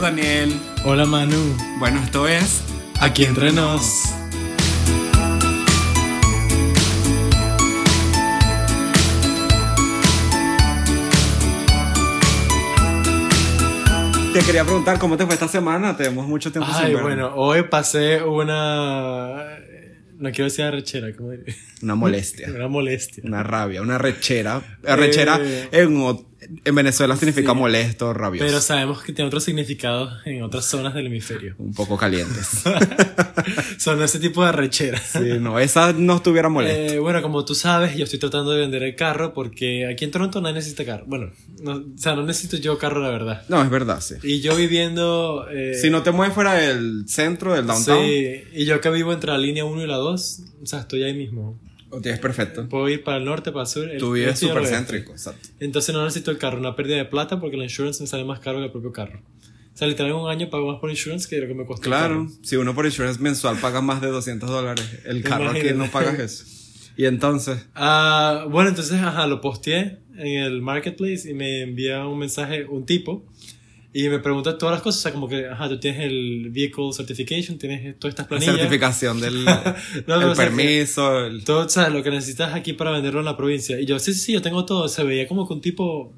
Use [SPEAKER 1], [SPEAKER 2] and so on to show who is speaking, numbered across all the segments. [SPEAKER 1] Daniel.
[SPEAKER 2] Hola Manu,
[SPEAKER 1] Bueno, esto es
[SPEAKER 2] aquí entre nos.
[SPEAKER 3] Te quería preguntar cómo te fue esta semana. Tenemos mucho tiempo sin
[SPEAKER 2] Ay,
[SPEAKER 3] vernos.
[SPEAKER 2] bueno, hoy pasé una... No quiero decir arrechera, ¿cómo diría?
[SPEAKER 3] Una molestia,
[SPEAKER 2] Una molestia.
[SPEAKER 3] una rabia, una rechera. Rechera en, o- en Venezuela significa
[SPEAKER 2] Eh. Sí.
[SPEAKER 3] molesto, rabioso.
[SPEAKER 2] Pero sabemos que tiene otros significados en otras zonas del hemisferio.
[SPEAKER 3] Un poco calientes.
[SPEAKER 2] Son ese tipo de arrecheras.
[SPEAKER 3] sí, no, esa no estuviera molesta.
[SPEAKER 2] Eh, bueno, como tú sabes, yo estoy tratando de vender el carro porque aquí en Toronto nadie necesita carro. Bueno, no- o sea, no necesito yo carro, la verdad.
[SPEAKER 3] No, es verdad, sí.
[SPEAKER 2] Y yo viviendo... eh,
[SPEAKER 3] Si no te mueves fuera del centro, del downtown,
[SPEAKER 2] Sí, y yo que vivo entre la línea 1 y la 2, o sea, estoy ahí mismo.
[SPEAKER 3] lo tienes perfecto.
[SPEAKER 2] Puedo ir para el norte, para el sur. el
[SPEAKER 3] Tú vives
[SPEAKER 2] este y el
[SPEAKER 3] súper
[SPEAKER 2] oeste.
[SPEAKER 3] céntrico, exacto.
[SPEAKER 2] Entonces no necesito el carro, una pérdida de plata porque la insurance me sale más caro que el propio carro. O sea, literalmente un año pago más por insurance que lo que me costó. el
[SPEAKER 3] Claro,
[SPEAKER 2] carro.
[SPEAKER 3] si uno por insurance mensual paga más de 200 dólares, el carro aquí
[SPEAKER 2] Imagínate.
[SPEAKER 3] no pagas eso. Y entonces,
[SPEAKER 2] Ah, bueno, entonces, ajá, lo posteé en el marketplace y me envía un mensaje un tipo y me pregunta todas las cosas. O sea, como que, ajá, tú tienes el vehicle certification, tienes todas estas
[SPEAKER 3] la
[SPEAKER 2] planillas.
[SPEAKER 3] certificación del
[SPEAKER 2] No,
[SPEAKER 3] el
[SPEAKER 2] no, o sea,
[SPEAKER 3] permiso, el-
[SPEAKER 2] Todo, o sea, lo que necesitas aquí para venderlo en la provincia. Y yo, sí, sí, sí, yo tengo todo. Se veía como que un tipo.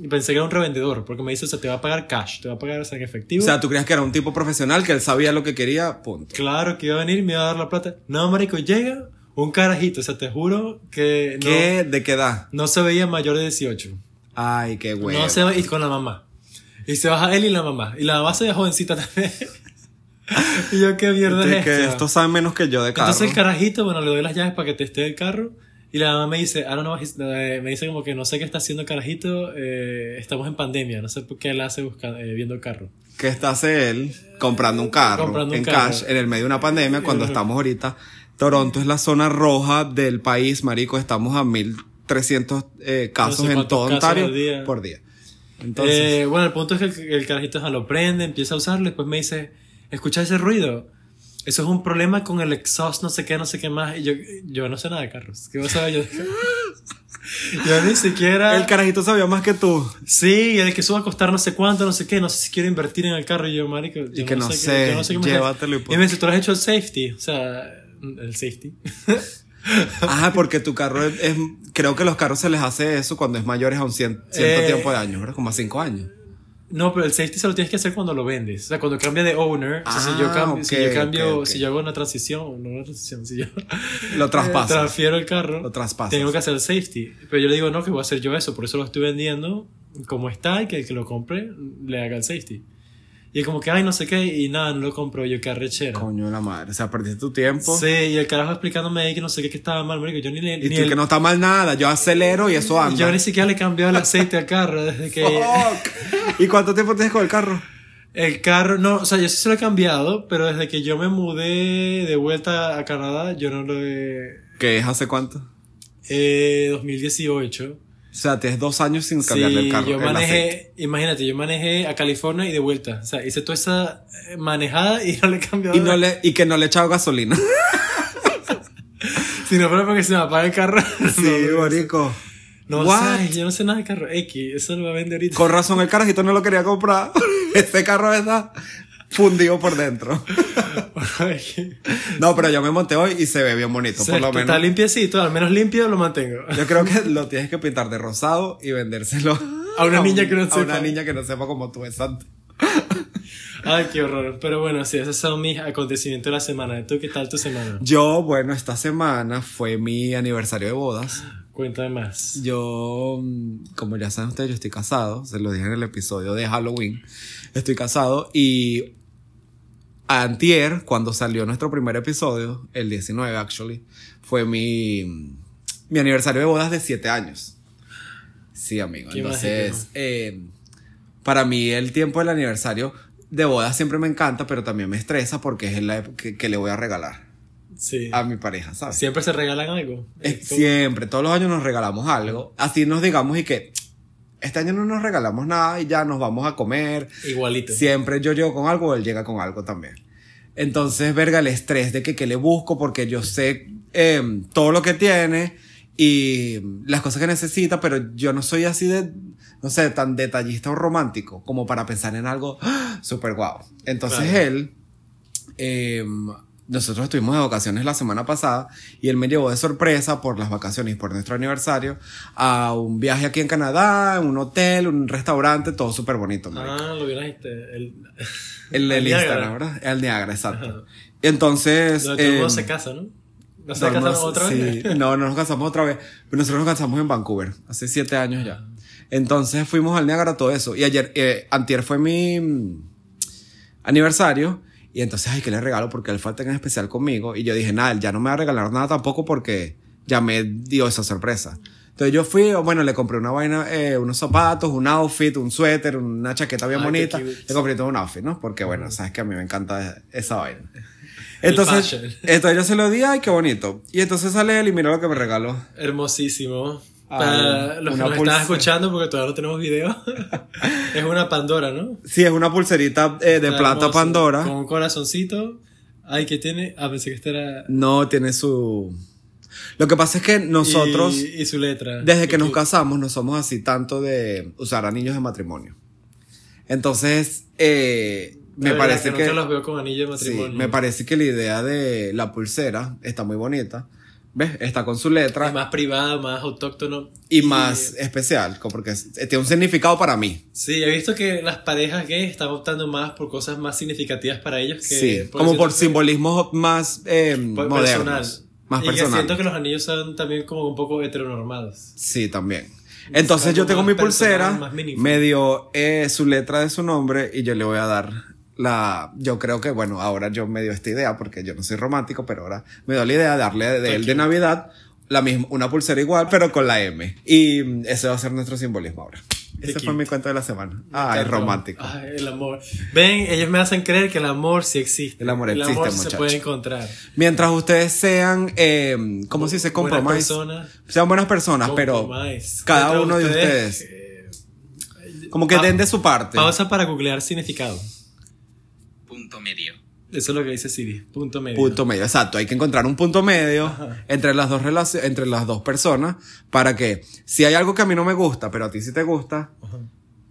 [SPEAKER 2] y Pensé que era un revendedor, porque me dice, o sea, te va a pagar cash, te va a pagar, o sea, en efectivo.
[SPEAKER 3] O sea, tú creías que era un tipo profesional que él sabía lo que quería, punto.
[SPEAKER 2] claro que iba a venir, me iba a dar la plata. No, marico, llega un carajito, o sea, te juro que no-
[SPEAKER 3] ¿Qué? ¿De qué edad?
[SPEAKER 2] no, se veía mayor de 18.
[SPEAKER 3] Ay, qué güey.
[SPEAKER 2] No se va, y con la mamá. Y se baja él y la mamá. Y la mamá se ve jovencita también. y yo, qué mierda es
[SPEAKER 3] Este, que
[SPEAKER 2] esta?
[SPEAKER 3] estos saben menos que yo de carro.
[SPEAKER 2] Entonces el carajito, bueno, le doy las llaves para que teste el carro. Y la mamá me dice, I don't know, he's- eh, me dice como que no sé qué está haciendo el carajito, eh, estamos en pandemia, no sé por qué él hace busca- eh, viendo carro.
[SPEAKER 3] ¿Qué está hace él comprando un carro
[SPEAKER 2] Comprando un
[SPEAKER 3] en
[SPEAKER 2] carro.
[SPEAKER 3] cash en el medio de una pandemia cuando estamos ahorita? Toronto es la zona roja del país, marico. Estamos a 1300 eh, casos
[SPEAKER 2] sé
[SPEAKER 3] en
[SPEAKER 2] cuántos
[SPEAKER 3] todo
[SPEAKER 2] casos
[SPEAKER 3] Ontario
[SPEAKER 2] al día.
[SPEAKER 3] por día. Entonces,
[SPEAKER 2] Eh, bueno, el punto es que el, el carajito ajá, lo prende, empieza a usarlo, después me dice, escucha ese ruido. Eso es un problema con el exhaust, no sé qué, no sé qué más. Y yo, yo no sé nada de carros. ¿Qué vas a saber yo? yo ni siquiera...
[SPEAKER 3] el carajito sabía más que tú.
[SPEAKER 2] Sí, y el que suba a costar no sé cuánto, no sé qué, no sé si quiero invertir en el carro. Y yo, marico, yo
[SPEAKER 3] Y que no sé,
[SPEAKER 2] yo no sé qué me-
[SPEAKER 3] llévatelo y pues.
[SPEAKER 2] Y me dice, tú lo has hecho el safety, o sea, el safety.
[SPEAKER 3] Ajá, porque tu carro es, es- Creo que los carros se les hace eso cuando es mayores a un cien- cierto
[SPEAKER 2] Eh,
[SPEAKER 3] tiempo de años, ¿verdad? Como a 5 años.
[SPEAKER 2] No, pero el safety se lo tienes que hacer cuando lo vendes, o sea, cuando cambia de owner. o sea, si yo
[SPEAKER 3] Ah,
[SPEAKER 2] cambio, si
[SPEAKER 3] ok,
[SPEAKER 2] yo cambio,
[SPEAKER 3] ok, ok.
[SPEAKER 2] si yo hago una transición, no una transición, si yo
[SPEAKER 3] Lo traspasas.
[SPEAKER 2] transfiero el carro,
[SPEAKER 3] Lo traspasas.
[SPEAKER 2] tengo que hacer el safety. Pero yo le digo, no, que voy a hacer yo eso, por eso lo estoy vendiendo como está y que el que lo compre le haga el safety. Y como que, ay, no sé qué, y nada, no lo compro, yo qué arrechera.
[SPEAKER 3] Coño de la madre. O sea, perdiste tu tiempo.
[SPEAKER 2] Sí, y el carajo explicándome ahí que no sé qué que estaba mal, marico. Yo ni le.
[SPEAKER 3] Y
[SPEAKER 2] Ni
[SPEAKER 3] tú
[SPEAKER 2] el-
[SPEAKER 3] que no está mal nada. Yo acelero y eso anda.
[SPEAKER 2] Yo ni siquiera le he cambiado el aceite al carro desde que.
[SPEAKER 3] Oh. Fuck. ¿Y cuánto tiempo tienes con el carro?
[SPEAKER 2] El carro. No, o sea, yo sí se lo he cambiado, pero desde que yo me mudé de vuelta a Canadá, yo no lo he.
[SPEAKER 3] ¿Qué es hace cuánto?
[SPEAKER 2] Eh, 2018.
[SPEAKER 3] O sea, tienes dos años sin
[SPEAKER 2] Sí,
[SPEAKER 3] cambiar el carro.
[SPEAKER 2] yo
[SPEAKER 3] el aceite.
[SPEAKER 2] manejé. Imagínate, yo manejé a California y de vuelta. O sea, hice toda esa eh, manejada y no le he cambiado.
[SPEAKER 3] Y, no le, y que no le he echado gasolina.
[SPEAKER 2] Si no fuera porque se me apaga el carro. no,
[SPEAKER 3] marico.
[SPEAKER 2] no
[SPEAKER 3] What?
[SPEAKER 2] sé, yo no sé nada de carro. X, eso lo va a vender ahorita.
[SPEAKER 3] Con razón, el carajito no lo quería comprar. Este carro está fundido por dentro. No, pero yo me monté hoy y se ve bien bonito,
[SPEAKER 2] Sí,
[SPEAKER 3] por lo
[SPEAKER 2] que Está
[SPEAKER 3] menos.
[SPEAKER 2] limpiecito, al menos limpio lo mantengo.
[SPEAKER 3] Yo creo que lo tienes que pintar de rosado y vendérselo
[SPEAKER 2] A una niña que no
[SPEAKER 3] a
[SPEAKER 2] sepa.
[SPEAKER 3] una niña que no sepa como tú, exacto.
[SPEAKER 2] Ay, qué horror. Pero bueno, sí, esos son mis acontecimientos de la semana. ¿Tú qué tal tu semana?
[SPEAKER 3] Yo, bueno, esta semana fue mi aniversario de bodas.
[SPEAKER 2] Cuéntame más.
[SPEAKER 3] Yo, mm, como ya saben ustedes, yo estoy casado. Se lo dije en el episodio de Halloween. Estoy casado y antier, cuando salió nuestro primer episodio, el 19 actually, fue mi, mi aniversario de bodas de 7 años. Sí, amigo.
[SPEAKER 2] Qué
[SPEAKER 3] Entonces, eh, para mí el tiempo del aniversario de bodas siempre me encanta, pero también me estresa porque es la época que, que le voy a regalar
[SPEAKER 2] Sí.
[SPEAKER 3] a mi pareja, ¿sabes?
[SPEAKER 2] Siempre se regalan algo.
[SPEAKER 3] Eh,
[SPEAKER 2] Esto-
[SPEAKER 3] Siempre, todos los años nos regalamos algo. Así nos digamos y que este año no nos regalamos nada y ya nos vamos a comer.
[SPEAKER 2] Igualito.
[SPEAKER 3] Siempre yo llego con algo o él llega con algo también. Entonces, verga, el estrés de que qué le busco porque yo sé eh, todo lo que tiene y las cosas que necesita, pero yo no soy así de... no sé, tan detallista o romántico como para pensar en algo ¡ah! súper guau. Entonces
[SPEAKER 2] Claro.
[SPEAKER 3] él, eh, nosotros estuvimos de vacaciones la semana pasada y él me llevó de sorpresa por las vacaciones y por nuestro aniversario a un viaje aquí en Canadá, un hotel, un restaurante, todo súper bonito. marico.
[SPEAKER 2] Ah, lo viste. El,
[SPEAKER 3] el, el
[SPEAKER 2] al Niágara.
[SPEAKER 3] Instagram, ¿verdad? El Niagara, exacto.
[SPEAKER 2] Ajá.
[SPEAKER 3] Entonces...
[SPEAKER 2] Lo de todo el mundo
[SPEAKER 3] em,
[SPEAKER 2] se casa, ¿no? ¿No se casaron
[SPEAKER 3] Dormimos-
[SPEAKER 2] otra
[SPEAKER 3] sí,
[SPEAKER 2] vez?
[SPEAKER 3] no, no nos casamos otra vez. Pero nosotros nos casamos en Vancouver, hace siete años ya.
[SPEAKER 2] Ah.
[SPEAKER 3] Entonces fuimos al Niágara, todo eso. Y ayer, eh, antier fue mi mm, aniversario. Y entonces, ay, ¿qué le regalo? Porque él fue tan especial conmigo. Y yo dije, nada, él ya no me va a regalar nada tampoco porque ya me dio esa sorpresa. Entonces yo fui, bueno, le compré una vaina, eh, unos zapatos, un outfit, un suéter, una chaqueta bien
[SPEAKER 2] Ay, qué
[SPEAKER 3] bonita.
[SPEAKER 2] cute.
[SPEAKER 3] Le compré todo un outfit, ¿no? Porque bueno, sabes que a mí me encanta esa vaina.
[SPEAKER 2] El
[SPEAKER 3] Entonces,
[SPEAKER 2] fashion.
[SPEAKER 3] entonces yo se lo di, ay, qué bonito. Y entonces sale él y mira lo que me regaló.
[SPEAKER 2] Hermosísimo.
[SPEAKER 3] Ah,
[SPEAKER 2] Para los que
[SPEAKER 3] una pulsera.
[SPEAKER 2] nos están escuchando, porque todavía no tenemos video, es una Pandora, ¿no?
[SPEAKER 3] Sí, es una pulserita eh, de
[SPEAKER 2] Está
[SPEAKER 3] plata
[SPEAKER 2] hermoso,
[SPEAKER 3] Pandora.
[SPEAKER 2] Con un corazoncito. Ay, que tiene. Ah, pensé que este era.
[SPEAKER 3] No tiene su... Lo que pasa es que nosotros,
[SPEAKER 2] Y, y su letra.
[SPEAKER 3] desde que nos
[SPEAKER 2] Y-
[SPEAKER 3] casamos, no somos así tanto de usar anillos de matrimonio. Entonces, eh, me
[SPEAKER 2] La verdad
[SPEAKER 3] parece
[SPEAKER 2] que.
[SPEAKER 3] que...
[SPEAKER 2] Nunca los veo con anillo de
[SPEAKER 3] Sí,
[SPEAKER 2] matrimonio.
[SPEAKER 3] me parece que la idea de la pulsera está muy bonita. ¿Ves? Está con su letra
[SPEAKER 2] Es más privado, más autóctono.
[SPEAKER 3] y más especial, como porque es- tiene un significado para mí.
[SPEAKER 2] Sí, he visto que las parejas gays están optando más por cosas más significativas para ellos que.
[SPEAKER 3] sí, como
[SPEAKER 2] decirlo
[SPEAKER 3] por
[SPEAKER 2] así,
[SPEAKER 3] simbolismos más eh,
[SPEAKER 2] por-
[SPEAKER 3] modernos,
[SPEAKER 2] Pues personal.
[SPEAKER 3] más
[SPEAKER 2] y que siento
[SPEAKER 3] personal.
[SPEAKER 2] que los anillos son también como un poco heteronormados.
[SPEAKER 3] Sí, también. Entonces yo
[SPEAKER 2] algo
[SPEAKER 3] tengo
[SPEAKER 2] más
[SPEAKER 3] mi
[SPEAKER 2] personal,
[SPEAKER 3] pulsera,
[SPEAKER 2] más meaningful.
[SPEAKER 3] me dio eh, su letra de su nombre y yo le voy a dar la... Yo creo que, bueno, ahora yo me dio esta idea porque yo no soy romántico, pero ahora me dio la idea de darle de él de
[SPEAKER 2] Tranquilo.
[SPEAKER 3] Navidad la misma, una pulsera igual, pero con la M. Y mm, ese va a ser nuestro simbolismo ahora.
[SPEAKER 2] Qué
[SPEAKER 3] Ese fue
[SPEAKER 2] cute.
[SPEAKER 3] mi cuento de la semana. Ay,
[SPEAKER 2] Tanto-
[SPEAKER 3] romántico.
[SPEAKER 2] Ay, el amor. Ven, ellos me hacen creer que el amor sí existe.
[SPEAKER 3] El amor
[SPEAKER 2] El
[SPEAKER 3] existe,
[SPEAKER 2] amor sí se
[SPEAKER 3] muchacho.
[SPEAKER 2] puede encontrar.
[SPEAKER 3] Mientras ustedes sean, eh, ¿cómo se dice?
[SPEAKER 2] Buenas
[SPEAKER 3] Compromise.
[SPEAKER 2] personas,
[SPEAKER 3] Sean buenas personas, pero
[SPEAKER 2] compromise.
[SPEAKER 3] cada
[SPEAKER 2] Contra
[SPEAKER 3] uno de
[SPEAKER 2] eh,
[SPEAKER 3] como que
[SPEAKER 2] pa-
[SPEAKER 3] den de su parte.
[SPEAKER 2] Pausa para googlear significado.
[SPEAKER 1] Punto medio.
[SPEAKER 2] Eso es lo que dice Siri. Punto medio.
[SPEAKER 3] Punto medio, exacto. Hay que encontrar un punto medio
[SPEAKER 2] Ajá.
[SPEAKER 3] entre las dos relaci- entre las dos personas para que si hay algo que a mí no me gusta, pero a ti sí te gusta,
[SPEAKER 2] Ajá.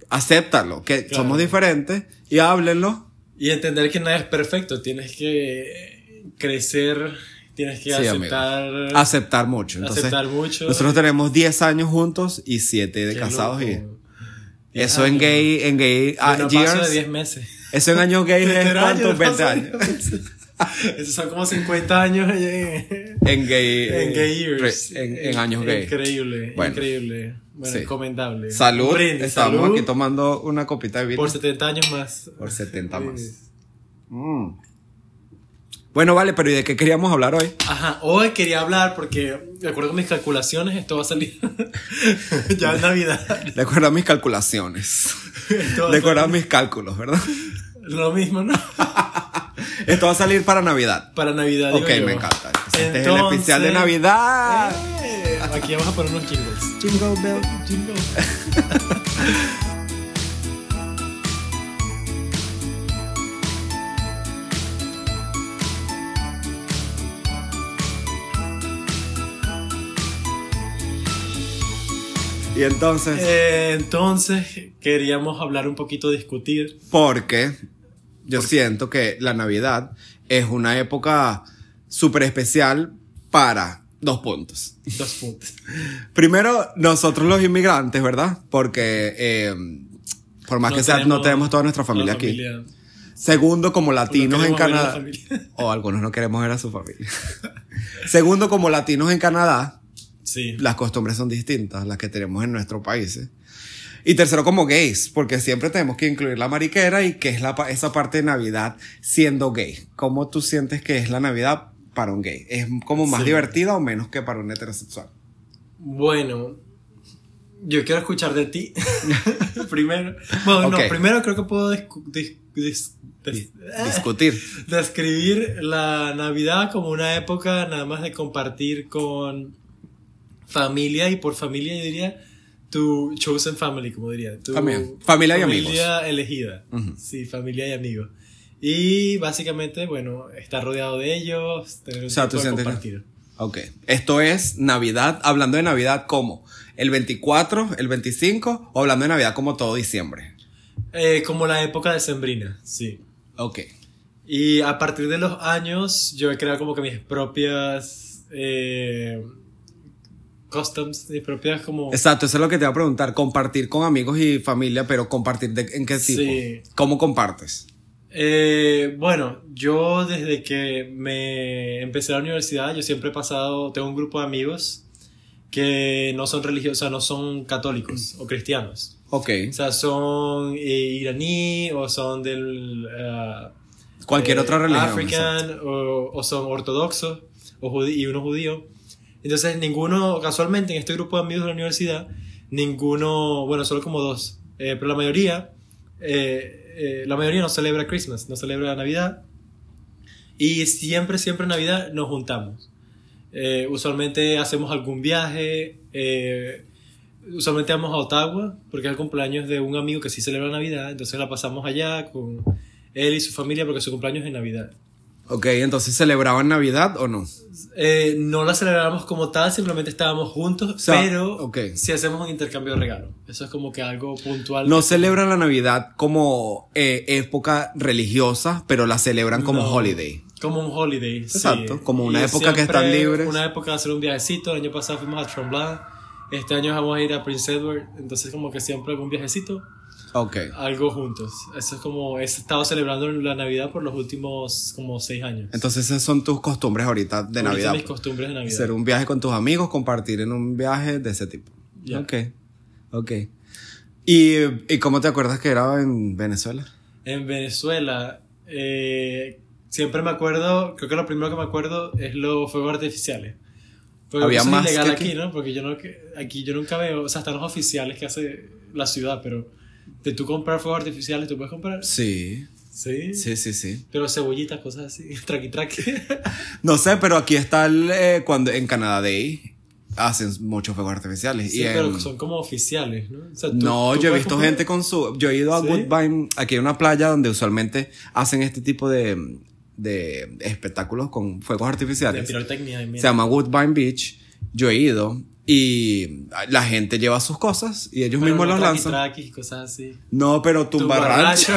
[SPEAKER 3] acéptalo, que
[SPEAKER 2] Claro.
[SPEAKER 3] somos diferentes y háblenlo.
[SPEAKER 2] Y entender que nada es perfecto. Tienes que crecer, tienes que
[SPEAKER 3] Sí, amigo.
[SPEAKER 2] aceptar,
[SPEAKER 3] Aceptar mucho. Entonces,
[SPEAKER 2] aceptar mucho.
[SPEAKER 3] nosotros tenemos 10 años juntos y 7 de
[SPEAKER 2] Qué
[SPEAKER 3] casados y
[SPEAKER 2] loco. Diez
[SPEAKER 3] eso en
[SPEAKER 2] años.
[SPEAKER 3] gay en gay
[SPEAKER 2] Yo
[SPEAKER 3] ah,
[SPEAKER 2] no paso
[SPEAKER 3] years,
[SPEAKER 2] de 10 meses.
[SPEAKER 3] eso en años gay es
[SPEAKER 2] Literal, yo
[SPEAKER 3] cuánto
[SPEAKER 2] no
[SPEAKER 3] 20
[SPEAKER 2] paso de
[SPEAKER 3] años.
[SPEAKER 2] 10 meses. Esos son como 50 años eh,
[SPEAKER 3] En gay
[SPEAKER 2] en gay
[SPEAKER 3] eh,
[SPEAKER 2] years.
[SPEAKER 3] re- en, en años gay.
[SPEAKER 2] Increíble,
[SPEAKER 3] Bueno.
[SPEAKER 2] increíble. Bueno,
[SPEAKER 3] Sí.
[SPEAKER 2] encomendable.
[SPEAKER 3] Salud,
[SPEAKER 2] Un brindis,
[SPEAKER 3] estamos
[SPEAKER 2] salud
[SPEAKER 3] aquí tomando una copita de vino
[SPEAKER 2] por 70 años más.
[SPEAKER 3] por 70 más.
[SPEAKER 2] Brindis.
[SPEAKER 3] Mm. Bueno, vale, pero ¿y de qué queríamos hablar hoy?
[SPEAKER 2] Ajá, hoy quería hablar porque, de acuerdo con mis calculaciones, esto va a salir ya en Navidad.
[SPEAKER 3] De acuerdo a mis calculaciones.
[SPEAKER 2] Esto va a
[SPEAKER 3] De acuerdo a
[SPEAKER 2] salir-
[SPEAKER 3] mis cálculos, ¿verdad?
[SPEAKER 2] Lo mismo, ¿no?
[SPEAKER 3] Esto va a salir para Navidad.
[SPEAKER 2] Para Navidad. digo
[SPEAKER 3] Ok,
[SPEAKER 2] yo.
[SPEAKER 3] me encanta. Entonces, este es el
[SPEAKER 2] Entonces,
[SPEAKER 3] especial de Navidad.
[SPEAKER 2] eh, aquí vamos a poner unos jingles.
[SPEAKER 3] Jingle bell.
[SPEAKER 2] Jingles.
[SPEAKER 3] Y entonces,
[SPEAKER 2] Eh, entonces, queríamos hablar un poquito, discutir.
[SPEAKER 3] porque yo siento que la Navidad es una época súper especial para dos puntos.
[SPEAKER 2] Dos puntos.
[SPEAKER 3] Primero, nosotros los inmigrantes, ¿verdad? Porque eh, por más que sea, no tenemos toda nuestra familia
[SPEAKER 2] la
[SPEAKER 3] aquí.
[SPEAKER 2] familia.
[SPEAKER 3] Segundo, como latinos
[SPEAKER 2] No
[SPEAKER 3] en
[SPEAKER 2] queremos ver la
[SPEAKER 3] Canadá.
[SPEAKER 2] familia.
[SPEAKER 3] O algunos no queremos ver a su familia. Segundo, como latinos en Canadá,
[SPEAKER 2] Sí.
[SPEAKER 3] las costumbres son distintas a las que tenemos en nuestros países. Y tercero, como gays, porque siempre tenemos que incluir la mariquera y que es la, pa- esa parte de Navidad siendo gay. ¿Cómo tú sientes que es la Navidad para un gay? ¿Es como más
[SPEAKER 2] Sí.
[SPEAKER 3] divertida o menos que para un heterosexual?
[SPEAKER 2] Bueno, yo quiero escuchar de ti. primero. Bueno,
[SPEAKER 3] Ok.
[SPEAKER 2] no, primero creo que puedo discu- dis- dis- des-
[SPEAKER 3] Di- Discutir.
[SPEAKER 2] describir la Navidad como una época nada más de compartir con familia y por familia yo diría tu chosen family, como diría. Tu
[SPEAKER 3] También. Familia y
[SPEAKER 2] Familia elegida.
[SPEAKER 3] Ujú.
[SPEAKER 2] Sí, familia y amigos. Y básicamente, bueno, estar rodeado de ellos, tener un
[SPEAKER 3] O sea,
[SPEAKER 2] tiempo
[SPEAKER 3] tú
[SPEAKER 2] de
[SPEAKER 3] sientes que-
[SPEAKER 2] compartir.
[SPEAKER 3] Ok. Esto es Navidad, hablando de Navidad como el 24, el 25 o hablando de Navidad como todo diciembre.
[SPEAKER 2] Eh, como la época de Sembrina, sí.
[SPEAKER 3] Ok.
[SPEAKER 2] Y a partir de los años, yo he creado como que mis propias eh, customs, mis propias como...
[SPEAKER 3] Exacto, eso es lo que te iba a preguntar. Compartir con amigos y familia, pero compartir de, en qué tipo.
[SPEAKER 2] Sí.
[SPEAKER 3] ¿Cómo compartes?
[SPEAKER 2] Eh, bueno, yo desde que me empecé la universidad, yo siempre he pasado, tengo un grupo de amigos que no son religiosos, o sea, no son católicos o cristianos.
[SPEAKER 3] Ok.
[SPEAKER 2] O sea, son eh, iraní o son del... ah,
[SPEAKER 3] Cualquier
[SPEAKER 2] eh,
[SPEAKER 3] otra religión. exacto.
[SPEAKER 2] African o, o son ortodoxos o judí- y uno judío. Entonces ninguno, casualmente en este grupo de amigos de la universidad, ninguno, bueno, solo como dos, eh, pero la mayoría, eh, eh, la mayoría no celebra Christmas, no celebra Navidad. Y siempre, siempre en Navidad nos juntamos. Eh, usualmente hacemos algún viaje, eh, usualmente vamos a Ottawa, porque es el cumpleaños de un amigo que sí celebra Navidad, entonces la pasamos allá con él y su familia porque su cumpleaños es en Navidad.
[SPEAKER 3] Ok, entonces celebraban Navidad o no?
[SPEAKER 2] Eh, no la celebramos como tal, simplemente estábamos juntos,
[SPEAKER 3] sea,
[SPEAKER 2] pero
[SPEAKER 3] ok.
[SPEAKER 2] si hacemos un intercambio de regalo. Eso es como que algo puntual.
[SPEAKER 3] No celebran la Navidad como eh, época religiosa, pero la celebran como
[SPEAKER 2] No.
[SPEAKER 3] holiday.
[SPEAKER 2] Como un holiday. sí.
[SPEAKER 3] Exacto, como una
[SPEAKER 2] Y
[SPEAKER 3] época que están
[SPEAKER 2] siempre
[SPEAKER 3] libres.
[SPEAKER 2] Una época de hacer un viajecito. El año pasado fuimos a Tremblant. Este año vamos a ir a Prince Edward. Entonces, como que siempre algún viajecito,
[SPEAKER 3] Ok.
[SPEAKER 2] algo juntos. Eso es como. He estado celebrando la Navidad por los últimos como seis años.
[SPEAKER 3] Entonces esas son tus costumbres ahorita de
[SPEAKER 2] Ahorita
[SPEAKER 3] Navidad. pues.
[SPEAKER 2] mis costumbres de Navidad.
[SPEAKER 3] Hacer un viaje con tus amigos, compartir en un viaje de ese tipo.
[SPEAKER 2] Ya.
[SPEAKER 3] Ok, ok. ¿Y, ¿Y cómo te acuerdas que era en Venezuela?
[SPEAKER 2] En Venezuela, eh, siempre me acuerdo, creo que lo primero que me acuerdo es los fuegos artificiales. Pero
[SPEAKER 3] Había
[SPEAKER 2] eso
[SPEAKER 3] más
[SPEAKER 2] es ilegal
[SPEAKER 3] que
[SPEAKER 2] aquí,
[SPEAKER 3] aquí.
[SPEAKER 2] ¿no? Porque yo no, que- aquí yo nunca veo, o sea, están los oficiales que hace la ciudad, pero de tú comprar fuegos artificiales, ¿tú puedes comprar?
[SPEAKER 3] Sí,
[SPEAKER 2] Sí.
[SPEAKER 3] sí, sí, sí.
[SPEAKER 2] Pero cebollitas, cosas así, traqui traqui.
[SPEAKER 3] No sé, pero aquí está el, eh, cuando en Canadá Day hacen muchos fuegos artificiales.
[SPEAKER 2] sí,
[SPEAKER 3] y en-
[SPEAKER 2] pero son como oficiales, ¿no? O sea, tú-
[SPEAKER 3] No,
[SPEAKER 2] tú
[SPEAKER 3] yo he
[SPEAKER 2] puedes
[SPEAKER 3] visto
[SPEAKER 2] comprar-
[SPEAKER 3] gente con su... Yo he ido a
[SPEAKER 2] ¿Sí?
[SPEAKER 3] Woodbine, aquí hay una playa donde usualmente hacen este tipo de, de espectáculos con fuegos
[SPEAKER 2] De
[SPEAKER 3] artificiales.
[SPEAKER 2] pirotecnia, y mira.
[SPEAKER 3] Se llama Woodbine Beach. Yo he ido y la gente lleva sus cosas y ellos
[SPEAKER 2] Pero
[SPEAKER 3] mismos
[SPEAKER 2] no
[SPEAKER 3] los
[SPEAKER 2] traqui
[SPEAKER 3] lanzan.
[SPEAKER 2] traqui y cosas así.
[SPEAKER 3] No, pero tumbarrancho.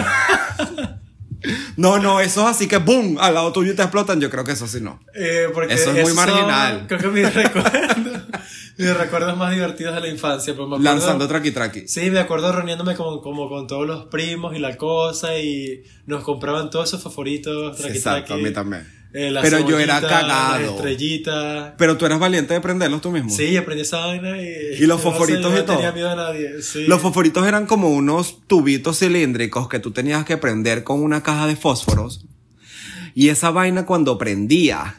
[SPEAKER 3] No, no, eso es así que boom, al lado tuyo te explotan. Yo creo que eso sí no.
[SPEAKER 2] Eh, porque
[SPEAKER 3] Eso es muy
[SPEAKER 2] esos son,
[SPEAKER 3] marginal.
[SPEAKER 2] creo que mis recuerdos, mis recuerdos más divertidos de la infancia. pero me acuerdo-
[SPEAKER 3] Lanzando traqui traqui.
[SPEAKER 2] Sí, me acuerdo reuniéndome como, como con todos los primos y la cosa y nos compraban todos esos favoritos. traqui,
[SPEAKER 3] Exacto, a
[SPEAKER 2] traqui,
[SPEAKER 3] mí también.
[SPEAKER 2] eh, las
[SPEAKER 3] Pero yo era
[SPEAKER 2] cebollitas,
[SPEAKER 3] cagado.
[SPEAKER 2] las estrellitas.
[SPEAKER 3] Pero tú eras valiente de prenderlos tú mismo.
[SPEAKER 2] Sí, aprendí esa vaina y...
[SPEAKER 3] Y los foforitos
[SPEAKER 2] no sé,
[SPEAKER 3] y
[SPEAKER 2] no tenía
[SPEAKER 3] todo.
[SPEAKER 2] miedo a nadie. Sí.
[SPEAKER 3] Los fosforitos eran como unos tubitos cilíndricos que tú tenías que prender con una caja de fósforos. Y esa vaina cuando prendía,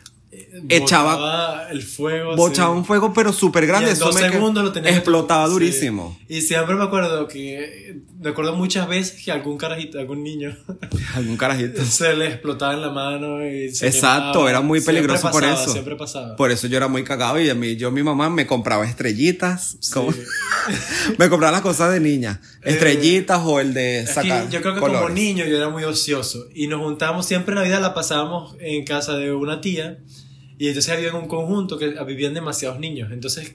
[SPEAKER 3] echaba-
[SPEAKER 2] Botaba el fuego.
[SPEAKER 3] bochaba
[SPEAKER 2] Oh, sí.
[SPEAKER 3] un fuego pero súper grande.
[SPEAKER 2] Y en
[SPEAKER 3] eso
[SPEAKER 2] dos
[SPEAKER 3] me que-
[SPEAKER 2] segundos lo tenías que-
[SPEAKER 3] Explotaba
[SPEAKER 2] sí.
[SPEAKER 3] durísimo.
[SPEAKER 2] Y siempre me acuerdo que... Me acuerdo muchas veces que algún carajito, algún niño...
[SPEAKER 3] Algún carajito.
[SPEAKER 2] se le explotaba en la mano y se
[SPEAKER 3] Exacto,
[SPEAKER 2] quemaba.
[SPEAKER 3] era muy
[SPEAKER 2] Siempre
[SPEAKER 3] peligroso por
[SPEAKER 2] pasaba,
[SPEAKER 3] eso.
[SPEAKER 2] Siempre pasaba.
[SPEAKER 3] Por eso yo era muy cagado y a mí, yo, mi mamá me compraba estrellitas.
[SPEAKER 2] Sí.
[SPEAKER 3] como- me compraba las cosas de niña.
[SPEAKER 2] Eh,
[SPEAKER 3] Estrellitas o el de
[SPEAKER 2] Es que
[SPEAKER 3] sacar.
[SPEAKER 2] yo creo que
[SPEAKER 3] colores.
[SPEAKER 2] como niño yo era muy ocioso y nos juntábamos siempre en Navidad la pasábamos en casa de una tía y entonces había un conjunto que vivían demasiados niños entonces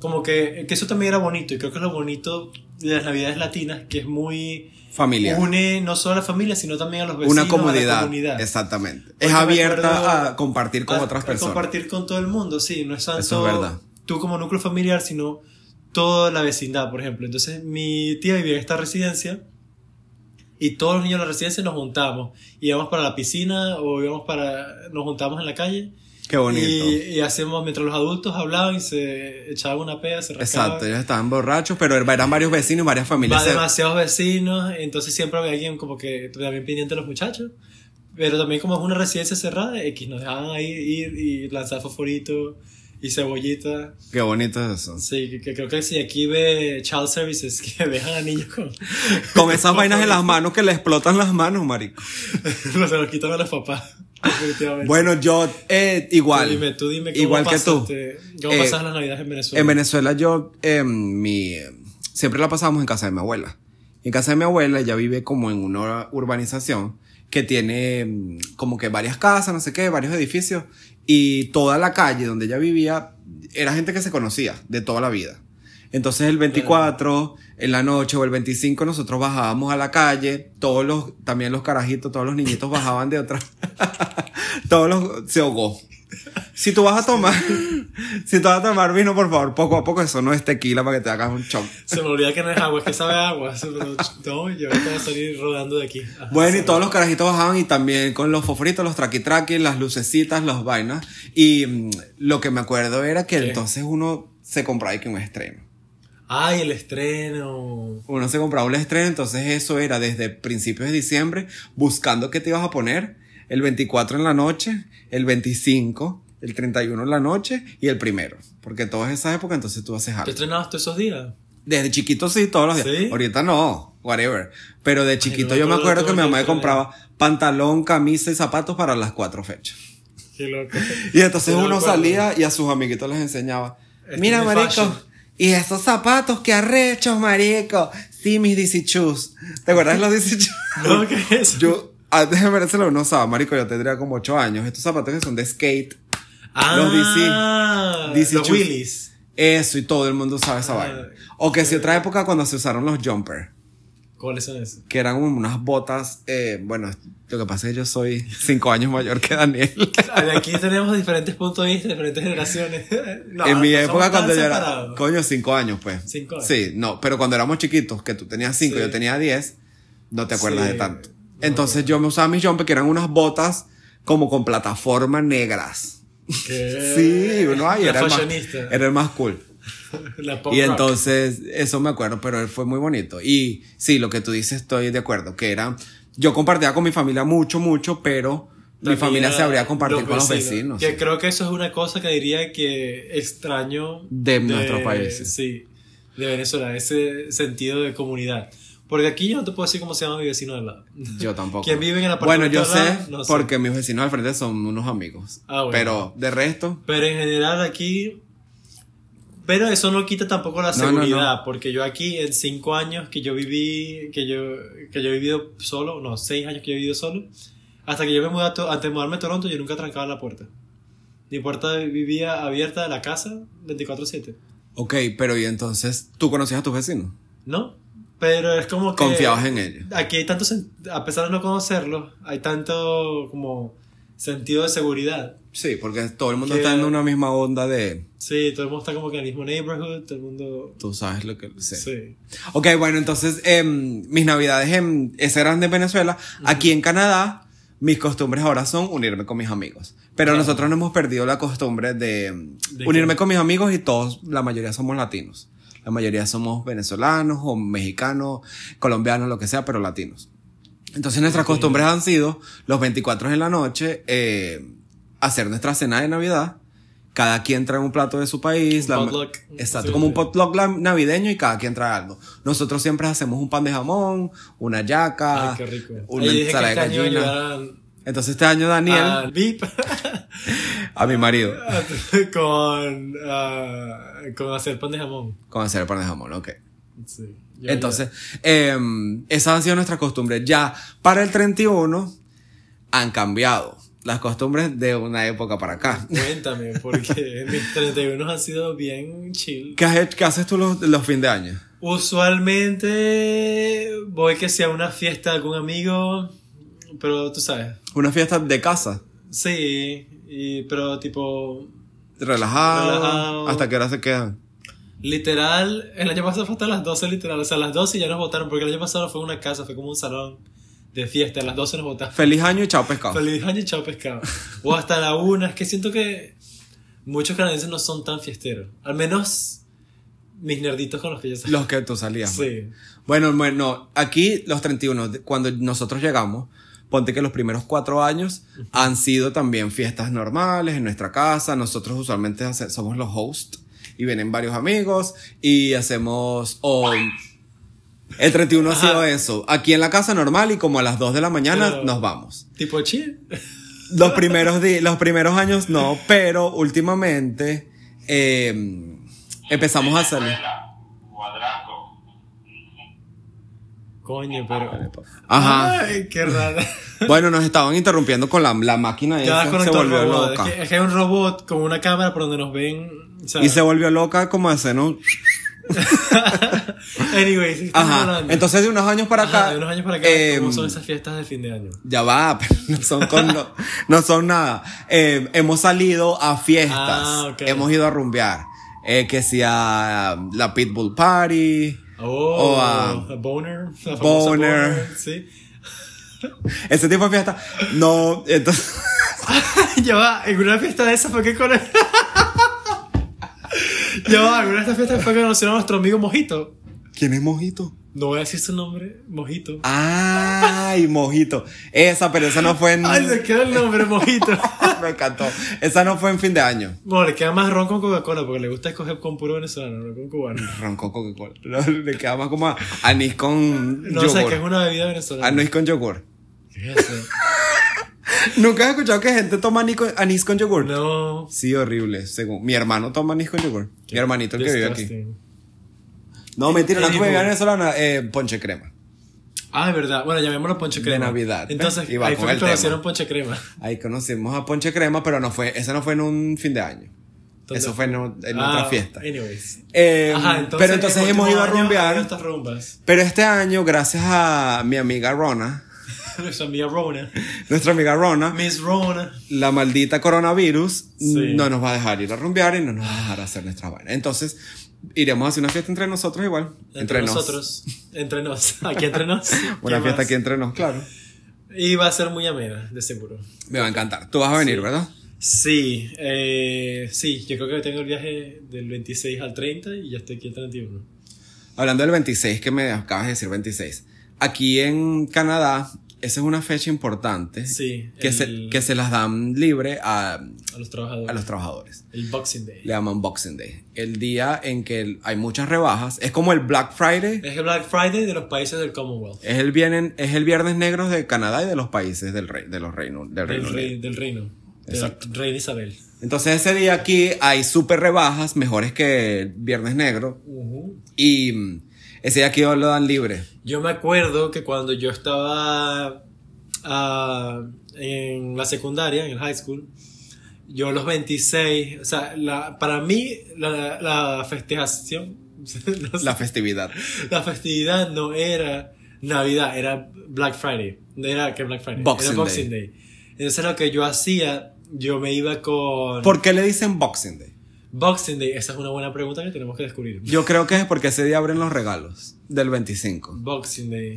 [SPEAKER 2] como que, que eso también era bonito y creo que es lo bonito de las navidades latinas que es muy
[SPEAKER 3] Familiar.
[SPEAKER 2] une no solo a la familia sino también a los vecinos
[SPEAKER 3] una
[SPEAKER 2] a la
[SPEAKER 3] comodidad.
[SPEAKER 2] comunidad
[SPEAKER 3] Exactamente.
[SPEAKER 2] Porque
[SPEAKER 3] es
[SPEAKER 2] me acuerdo-
[SPEAKER 3] abierta a compartir con
[SPEAKER 2] a-
[SPEAKER 3] otras
[SPEAKER 2] a
[SPEAKER 3] personas.
[SPEAKER 2] compartir con todo el mundo, sí, no es tanto
[SPEAKER 3] Eso es verdad.
[SPEAKER 2] tú como núcleo familiar, sino toda la vecindad, por ejemplo. Entonces, mi tía vivía en esta residencia y todos los niños de la residencia nos juntamos. Íbamos para la piscina o íbamos para. nos juntamos en la calle
[SPEAKER 3] Qué bonito.
[SPEAKER 2] y, y hacíamos, mientras los adultos hablaban y se echaban una pea, se rascaban.
[SPEAKER 3] Exacto, ellos estaban borrachos, pero er, eran varios vecinos y varias familias.
[SPEAKER 2] Va demasiados vecinos, entonces siempre había alguien como que también pendiente de los muchachos. Pero también como es una residencia cerrada, X nos dejaban ahí ir y lanzar fosforito y cebollita.
[SPEAKER 3] Qué bonito es eso.
[SPEAKER 2] Sí, que, que creo que si aquí ve Child Services que dejan a niños con...
[SPEAKER 3] Con esas vainas en las manos que le explotan las manos, marico.
[SPEAKER 2] se los quitan a los papás, definitivamente.
[SPEAKER 3] Bueno, yo eh,
[SPEAKER 2] Tú
[SPEAKER 3] igual.
[SPEAKER 2] dime, tú dime cómo
[SPEAKER 3] igual que tú.
[SPEAKER 2] pasaste- ¿Cómo
[SPEAKER 3] Eh,
[SPEAKER 2] pasas las navidades en Venezuela?
[SPEAKER 3] En Venezuela yo, em, mi, siempre la pasábamos en casa de mi abuela. En casa de mi abuela ella vive como en una urbanización que tiene mm, como que varias casas, no sé qué, varios edificios, y toda la calle donde ella vivía era gente que se conocía de toda la vida. Entonces el 24 en la noche o el 25 nosotros bajábamos a la calle, todos los, también los carajitos, todos los niñitos bajaban de otra, todos los, se ahogó. Si tú vas a tomar, si tú vas a tomar vino, por favor, poco a poco, eso no es tequila para que te hagas un chon.
[SPEAKER 2] Se me olvida que no es agua, es que sabe a agua. Se me- No, yo ahorita voy a salir rodando de aquí. Ajá.
[SPEAKER 3] Bueno, y todos los carajitos bajaban y también con los fofritos, los traquitraqui, las lucecitas, las vainas. Y mm, lo que me acuerdo era que
[SPEAKER 2] Sí.
[SPEAKER 3] entonces uno se compraba y que un estreno.
[SPEAKER 2] Ay, el estreno.
[SPEAKER 3] Uno se compraba un estreno, entonces eso era desde principios de diciembre, buscando qué te ibas a poner, el 24 en la noche, el 25, el 31 en la noche y el primero. Porque todas esas épocas entonces tú haces
[SPEAKER 2] ¿Te
[SPEAKER 3] algo.
[SPEAKER 2] estrenabas todos esos días?
[SPEAKER 3] Desde chiquito sí, todos los días.
[SPEAKER 2] ¿Sí?
[SPEAKER 3] Ahorita no, whatever. Pero de chiquito
[SPEAKER 2] no,
[SPEAKER 3] yo me
[SPEAKER 2] todo-
[SPEAKER 3] acuerdo
[SPEAKER 2] todo
[SPEAKER 3] que mi
[SPEAKER 2] el
[SPEAKER 3] mamá me
[SPEAKER 2] día todo el día.
[SPEAKER 3] compraba pantalón, camisa y zapatos para las cuatro fechas.
[SPEAKER 2] Qué loco.
[SPEAKER 3] Y entonces
[SPEAKER 2] Sí, no me
[SPEAKER 3] uno
[SPEAKER 2] acuerdo.
[SPEAKER 3] salía y a sus amiguitos les enseñaba.
[SPEAKER 2] Este
[SPEAKER 3] Mira,
[SPEAKER 2] es mi
[SPEAKER 3] marico.
[SPEAKER 2] fashion".
[SPEAKER 3] Y esos zapatos, qué arrechos, marico. Sí, mis DC Shoes. ¿Te acuerdas de los DC Shoes?
[SPEAKER 2] No, ¿qué es eso?
[SPEAKER 3] Yo, ah, antes de Venezuela no usaba, marico, yo tendría como 8 años. Estos zapatos que son de skate. los
[SPEAKER 2] Ah,
[SPEAKER 3] DC
[SPEAKER 2] Los
[SPEAKER 3] Shoes.
[SPEAKER 2] Willys.
[SPEAKER 3] Eso, y todo el mundo sabe esa
[SPEAKER 2] Ah,
[SPEAKER 3] vaina. O que si otra época cuando se usaron los jumper.
[SPEAKER 2] ¿Cuáles son esos?
[SPEAKER 3] que eran un- unas botas. eh, bueno, lo que pasa es que yo soy cinco años mayor que Daniel.
[SPEAKER 2] Ay, Aquí tenemos diferentes puntos de vista, diferentes generaciones. No,
[SPEAKER 3] en mi
[SPEAKER 2] no somos
[SPEAKER 3] época,
[SPEAKER 2] tan
[SPEAKER 3] cuando yo era.
[SPEAKER 2] separados.
[SPEAKER 3] Coño, cinco años, pues.
[SPEAKER 2] Cinco años.
[SPEAKER 3] Sí, no, pero cuando éramos chiquitos, que tú tenías cinco y
[SPEAKER 2] Sí.
[SPEAKER 3] yo tenía diez, no te acuerdas
[SPEAKER 2] Sí,
[SPEAKER 3] de tanto.
[SPEAKER 2] no
[SPEAKER 3] Entonces yo me usaba mis jumper, que eran unas botas como con plataforma negras.
[SPEAKER 2] Que-
[SPEAKER 3] Sí, uno ay,
[SPEAKER 2] La
[SPEAKER 3] era, el más,
[SPEAKER 2] Eh, fashionista.
[SPEAKER 3] era el más cool.
[SPEAKER 2] La pop
[SPEAKER 3] Y
[SPEAKER 2] rock.
[SPEAKER 3] entonces, eso me acuerdo, pero fue muy bonito. Y sí, lo que tú dices, estoy de acuerdo, que era, yo compartía con mi familia mucho, mucho, pero mi
[SPEAKER 2] También
[SPEAKER 3] familia se habría
[SPEAKER 2] los
[SPEAKER 3] compartido con los vecinos.
[SPEAKER 2] Que
[SPEAKER 3] sí.
[SPEAKER 2] creo que eso es una cosa que diría que extraño
[SPEAKER 3] De nuestro país, sí.
[SPEAKER 2] Sí. de Venezuela, ese sentido de comunidad. Porque aquí yo no te puedo decir cómo se llama mi vecino de lado.
[SPEAKER 3] Yo tampoco.
[SPEAKER 2] ¿Quién vive en el
[SPEAKER 3] bueno,
[SPEAKER 2] apartamento
[SPEAKER 3] yo
[SPEAKER 2] al
[SPEAKER 3] sé,
[SPEAKER 2] lado? No sé.
[SPEAKER 3] porque mis vecinos al frente son unos amigos.
[SPEAKER 2] Ah, bueno.
[SPEAKER 3] Pero de resto,
[SPEAKER 2] Pero en general aquí. Pero eso no quita tampoco la
[SPEAKER 3] No, no, no.
[SPEAKER 2] seguridad, porque yo aquí en cinco años que yo viví, que yo, que yo he vivido solo, no, seis años que yo he vivido solo, hasta que yo me mudé a, To- antes de mudarme a Toronto, yo nunca trancaba la puerta. Mi puerta vivía abierta de la casa 24-7,
[SPEAKER 3] ok, pero y entonces, ¿tú conocías a tus vecinos?
[SPEAKER 2] ¿no? Pero es como que...
[SPEAKER 3] Confiabas en ellos.
[SPEAKER 2] Aquí hay tanto, sen- a pesar de no conocerlo, hay tanto como sentido de seguridad.
[SPEAKER 3] Sí, porque todo el mundo
[SPEAKER 2] Que-
[SPEAKER 3] está en una misma onda de,
[SPEAKER 2] Sí, todo el mundo está como que en el mismo neighborhood, todo el mundo...
[SPEAKER 3] tú sabes lo que... Sí.
[SPEAKER 2] sí.
[SPEAKER 3] Ok, bueno, entonces em, mis navidades en ese grande Venezuela. Aquí en Canadá, mis costumbres ahora son unirme con mis amigos. Pero
[SPEAKER 2] Claro.
[SPEAKER 3] nosotros no hemos perdido la costumbre de, em,
[SPEAKER 2] ¿De
[SPEAKER 3] unirme
[SPEAKER 2] qué?
[SPEAKER 3] con mis amigos y todos, la mayoría somos latinos. La mayoría somos venezolanos o mexicanos, colombianos, lo que sea, pero latinos. Entonces nuestras
[SPEAKER 2] Ok.
[SPEAKER 3] costumbres han sido los 24 de la noche, eh, hacer nuestra cena de Navidad. Cada quien trae un plato de su país.
[SPEAKER 2] Un
[SPEAKER 3] la ma-
[SPEAKER 2] potluck.
[SPEAKER 3] Exacto,
[SPEAKER 2] Sí,
[SPEAKER 3] como un
[SPEAKER 2] sí.
[SPEAKER 3] potluck la- navideño y cada quien trae algo. Nosotros siempre hacemos un pan de jamón, una yaca,
[SPEAKER 2] Ay, qué rico.
[SPEAKER 3] Ah, una
[SPEAKER 2] Ahí dije que
[SPEAKER 3] ensalada de
[SPEAKER 2] este año
[SPEAKER 3] gallina.
[SPEAKER 2] ayudaron
[SPEAKER 3] Entonces este año Daniel,
[SPEAKER 2] al VIP Ah.
[SPEAKER 3] a mi marido,
[SPEAKER 2] con, ah, con hacer pan de jamón.
[SPEAKER 3] con hacer el pan de jamón, ok.
[SPEAKER 2] Sí, yo
[SPEAKER 3] Entonces, eh, esas han sido nuestras costumbres. Ya para el 31 han cambiado las costumbres de una época para acá.
[SPEAKER 2] ayudé. Cuéntame, porque mis 31 han sido bien chill.
[SPEAKER 3] ¿Qué, has hecho- qué haces tú los, los fin de año?
[SPEAKER 2] Usualmente voy que sea una fiesta de algún amigo, pero tú sabes.
[SPEAKER 3] ¿Una fiesta de casa?
[SPEAKER 2] Sí, y- pero tipo,
[SPEAKER 3] Relajado,
[SPEAKER 2] Relajado.
[SPEAKER 3] ¿Hasta qué hora se quedan?
[SPEAKER 2] literal, el año pasado fue hasta las 12, literal. O sea, a las 12 ya nos votaron, porque el año pasado fue una casa, fue como un salón de fiesta. A las 12 nos votaron.
[SPEAKER 3] Feliz año y chao pescado.
[SPEAKER 2] Feliz año y chao pescado. O hasta la una. Es que siento que muchos canadienses no son tan fiesteros. Al menos mis nerditos con los que yo salgo.
[SPEAKER 3] Los que tú salías.
[SPEAKER 2] Sí.
[SPEAKER 3] Bueno, bueno, aquí los 31, de- cuando nosotros llegamos, ponte que los primeros cuatro años han sido también fiestas normales en nuestra casa. Nosotros usualmente hace- somos los hosts y vienen varios amigos y hacemos... o- el 31 ha sido
[SPEAKER 2] Ajá.
[SPEAKER 3] eso. Aquí en la casa normal y como a las 2 de la mañana
[SPEAKER 2] Pero-
[SPEAKER 3] nos vamos.
[SPEAKER 2] Tipo chill.
[SPEAKER 3] Los primeros, di- los primeros años no, pero últimamente eh, empezamos a salir.
[SPEAKER 4] Venezuela, Guadraco.
[SPEAKER 2] Coño, pero.
[SPEAKER 3] Ah, pues. Ajá.
[SPEAKER 2] Ay, qué rara.
[SPEAKER 3] Bueno, nos estaban interrumpiendo con la, la máquina
[SPEAKER 2] Ya
[SPEAKER 3] esa, se
[SPEAKER 2] desconectó el
[SPEAKER 3] volvió
[SPEAKER 2] robot. Es
[SPEAKER 3] loca.
[SPEAKER 2] que, es que es un robot con una cámara por donde nos ven. o sea,
[SPEAKER 3] Y se volvió loca como de hacer un...
[SPEAKER 2] Anyways, estamos
[SPEAKER 3] Ajá.
[SPEAKER 2] hablando.
[SPEAKER 3] Entonces de unos años para acá...
[SPEAKER 2] Ajá, de unos años para acá,
[SPEAKER 3] eh,
[SPEAKER 2] ¿cómo son esas fiestas de fin de año?
[SPEAKER 3] Ya va, pero no son, con- no, no son nada. Eh, hemos salido a fiestas.
[SPEAKER 2] Ah, ok.
[SPEAKER 3] Hemos ido a rumbear. Eh, que sea la Pitbull Party.
[SPEAKER 2] Oh,
[SPEAKER 3] O a-
[SPEAKER 2] a Boner. la famosa
[SPEAKER 3] Boner.
[SPEAKER 2] Sí.
[SPEAKER 3] Ese tipo de fiestas. No, entonces.
[SPEAKER 2] Ya va, en una fiesta de esas fue que con Ya va, en una de estas fiestas fue que conocieron a nuestro amigo Mojito.
[SPEAKER 3] ¿Quién es Mojito?
[SPEAKER 2] No voy a decir su nombre, Mojito.
[SPEAKER 3] Ay, Mojito. Esa, pero esa no fue en.
[SPEAKER 2] Ay, le queda el nombre, Mojito.
[SPEAKER 3] Me encantó. Esa no fue en fin de año.
[SPEAKER 2] Bueno, le queda más ron con Coca-Cola porque le gusta escoger con puro venezolano, no con cubano.
[SPEAKER 3] Ronco Coca-Cola. No, Le queda más como a anís con
[SPEAKER 2] No sé, que es
[SPEAKER 3] yogur.
[SPEAKER 2] una bebida venezolana.
[SPEAKER 3] Anís con yogur.
[SPEAKER 2] ¿Qué es eso?
[SPEAKER 3] ¿Nunca has escuchado que gente toma anís con- anís con yogur?
[SPEAKER 2] No.
[SPEAKER 3] Sí, horrible, según. Mi hermano toma anís con yogur. Mi hermanito el que vive aquí.
[SPEAKER 2] Disgusting.
[SPEAKER 3] No, mentira, la
[SPEAKER 2] Anywho.
[SPEAKER 3] comida venezolana, eh, ponche crema.
[SPEAKER 2] Ah, es verdad. Bueno, llamémoslo ponche
[SPEAKER 3] De
[SPEAKER 2] crema.
[SPEAKER 3] Navidad, ¿ves?
[SPEAKER 2] Entonces,
[SPEAKER 3] Y va
[SPEAKER 2] ahí
[SPEAKER 3] con
[SPEAKER 2] fue que
[SPEAKER 3] el tema.
[SPEAKER 2] conocieron ponche crema.
[SPEAKER 3] Ahí conocimos a ponche crema, pero no fue, esa no fue en un fin de año.
[SPEAKER 2] ¿Dónde
[SPEAKER 3] Eso fue en, o- en
[SPEAKER 2] Ah,
[SPEAKER 3] otra fiesta.
[SPEAKER 2] Anyways.
[SPEAKER 3] Eh,
[SPEAKER 2] Ajá,
[SPEAKER 3] pero entonces
[SPEAKER 2] en
[SPEAKER 3] hemos ido a
[SPEAKER 2] últimos años ha habido
[SPEAKER 3] rumbear.
[SPEAKER 2] estas rumbas.
[SPEAKER 3] Pero este año, gracias a mi amiga Rona,
[SPEAKER 2] Nuestra amiga Rona.
[SPEAKER 3] nuestra amiga Rona,
[SPEAKER 2] Miss Rona.
[SPEAKER 3] la maldita coronavirus
[SPEAKER 2] Sí.
[SPEAKER 3] no nos va a dejar ir a rumbear y no nos va a dejar hacer nuestra vaina. Entonces, iremos a hacer una fiesta entre nosotros igual.
[SPEAKER 2] Entre,
[SPEAKER 3] Entre, nos.
[SPEAKER 2] nosotros. Entre nos. Aquí entre nos.
[SPEAKER 3] Una
[SPEAKER 2] ¿Qué
[SPEAKER 3] fiesta
[SPEAKER 2] más?
[SPEAKER 3] aquí entre nos, claro.
[SPEAKER 2] Y va a ser muy amena, de seguro.
[SPEAKER 3] Me va a encantar. Tú vas a venir, ¿verdad?
[SPEAKER 2] Sí. Eh, sí, yo creo que tengo el viaje del 26 al 30 y ya estoy aquí el 31.
[SPEAKER 3] Hablando del 26, que me acabas de decir 26. Aquí en Canadá, esa es una fecha importante
[SPEAKER 2] Sí.
[SPEAKER 3] que,
[SPEAKER 2] el-
[SPEAKER 3] se, que se las dan libre a,
[SPEAKER 2] A los trabajadores.
[SPEAKER 3] a los trabajadores.
[SPEAKER 2] El Boxing Day.
[SPEAKER 3] Le llaman Boxing Day. El día en que el- hay muchas rebajas. Es como el Black Friday.
[SPEAKER 2] Es el Black Friday de los países del Commonwealth.
[SPEAKER 3] Es el, vienen, es el viernes negro de Canadá y de los países del, rey, de los reino, del Reino
[SPEAKER 2] Del, rey,
[SPEAKER 3] Unido.
[SPEAKER 2] del reino. De la
[SPEAKER 3] Exacto.
[SPEAKER 2] reina Isabel.
[SPEAKER 3] Entonces ese día aquí hay super rebajas, mejores que el viernes negro.
[SPEAKER 2] Ujú.
[SPEAKER 3] Y mm, ese día aquí lo dan libre.
[SPEAKER 2] Yo me acuerdo que cuando yo estaba ah, en la secundaria, en el high school, yo a los 26, o sea, la- para mí la, la festejación, no sé,
[SPEAKER 3] La festividad.
[SPEAKER 2] la festividad no era Navidad, era Black Friday. No era que Black Friday,
[SPEAKER 3] Boxing
[SPEAKER 2] era Boxing Day. Entonces lo que yo hacía, yo me iba con
[SPEAKER 3] ¿Por qué le dicen Boxing Day?
[SPEAKER 2] Boxing Day. Esa es una buena pregunta que tenemos que descubrir.
[SPEAKER 3] Yo creo que es porque ese día abren los regalos del 25.
[SPEAKER 2] Boxing Day.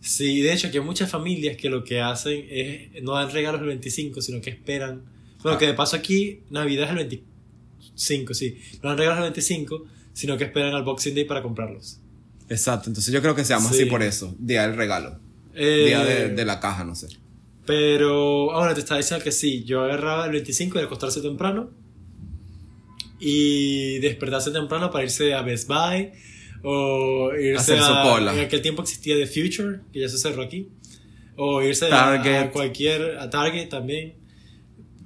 [SPEAKER 2] Sí, de hecho que hay muchas familias que lo que hacen es no dan regalos el 25, sino que esperan. Bueno,
[SPEAKER 3] Ah.
[SPEAKER 2] que de paso aquí Navidad es el 25, sí. No dan regalos el 25, sino que esperan al Boxing Day para comprarlos.
[SPEAKER 3] Exacto, entonces yo creo que se llama
[SPEAKER 2] Sí.
[SPEAKER 3] así por eso, día del regalo,
[SPEAKER 2] Eh,
[SPEAKER 3] día de, de la caja, no sé.
[SPEAKER 2] Pero ahora te estaba diciendo que sí, yo agarraba el 25 de acostarse temprano y despertarse temprano para irse a Best Buy o irse
[SPEAKER 3] Hacer su
[SPEAKER 2] a-
[SPEAKER 3] cola.
[SPEAKER 2] En aquel tiempo existía The Future, que ya se cerró aquí, o irse a-
[SPEAKER 3] Target.
[SPEAKER 2] A, cualquier, a Target también,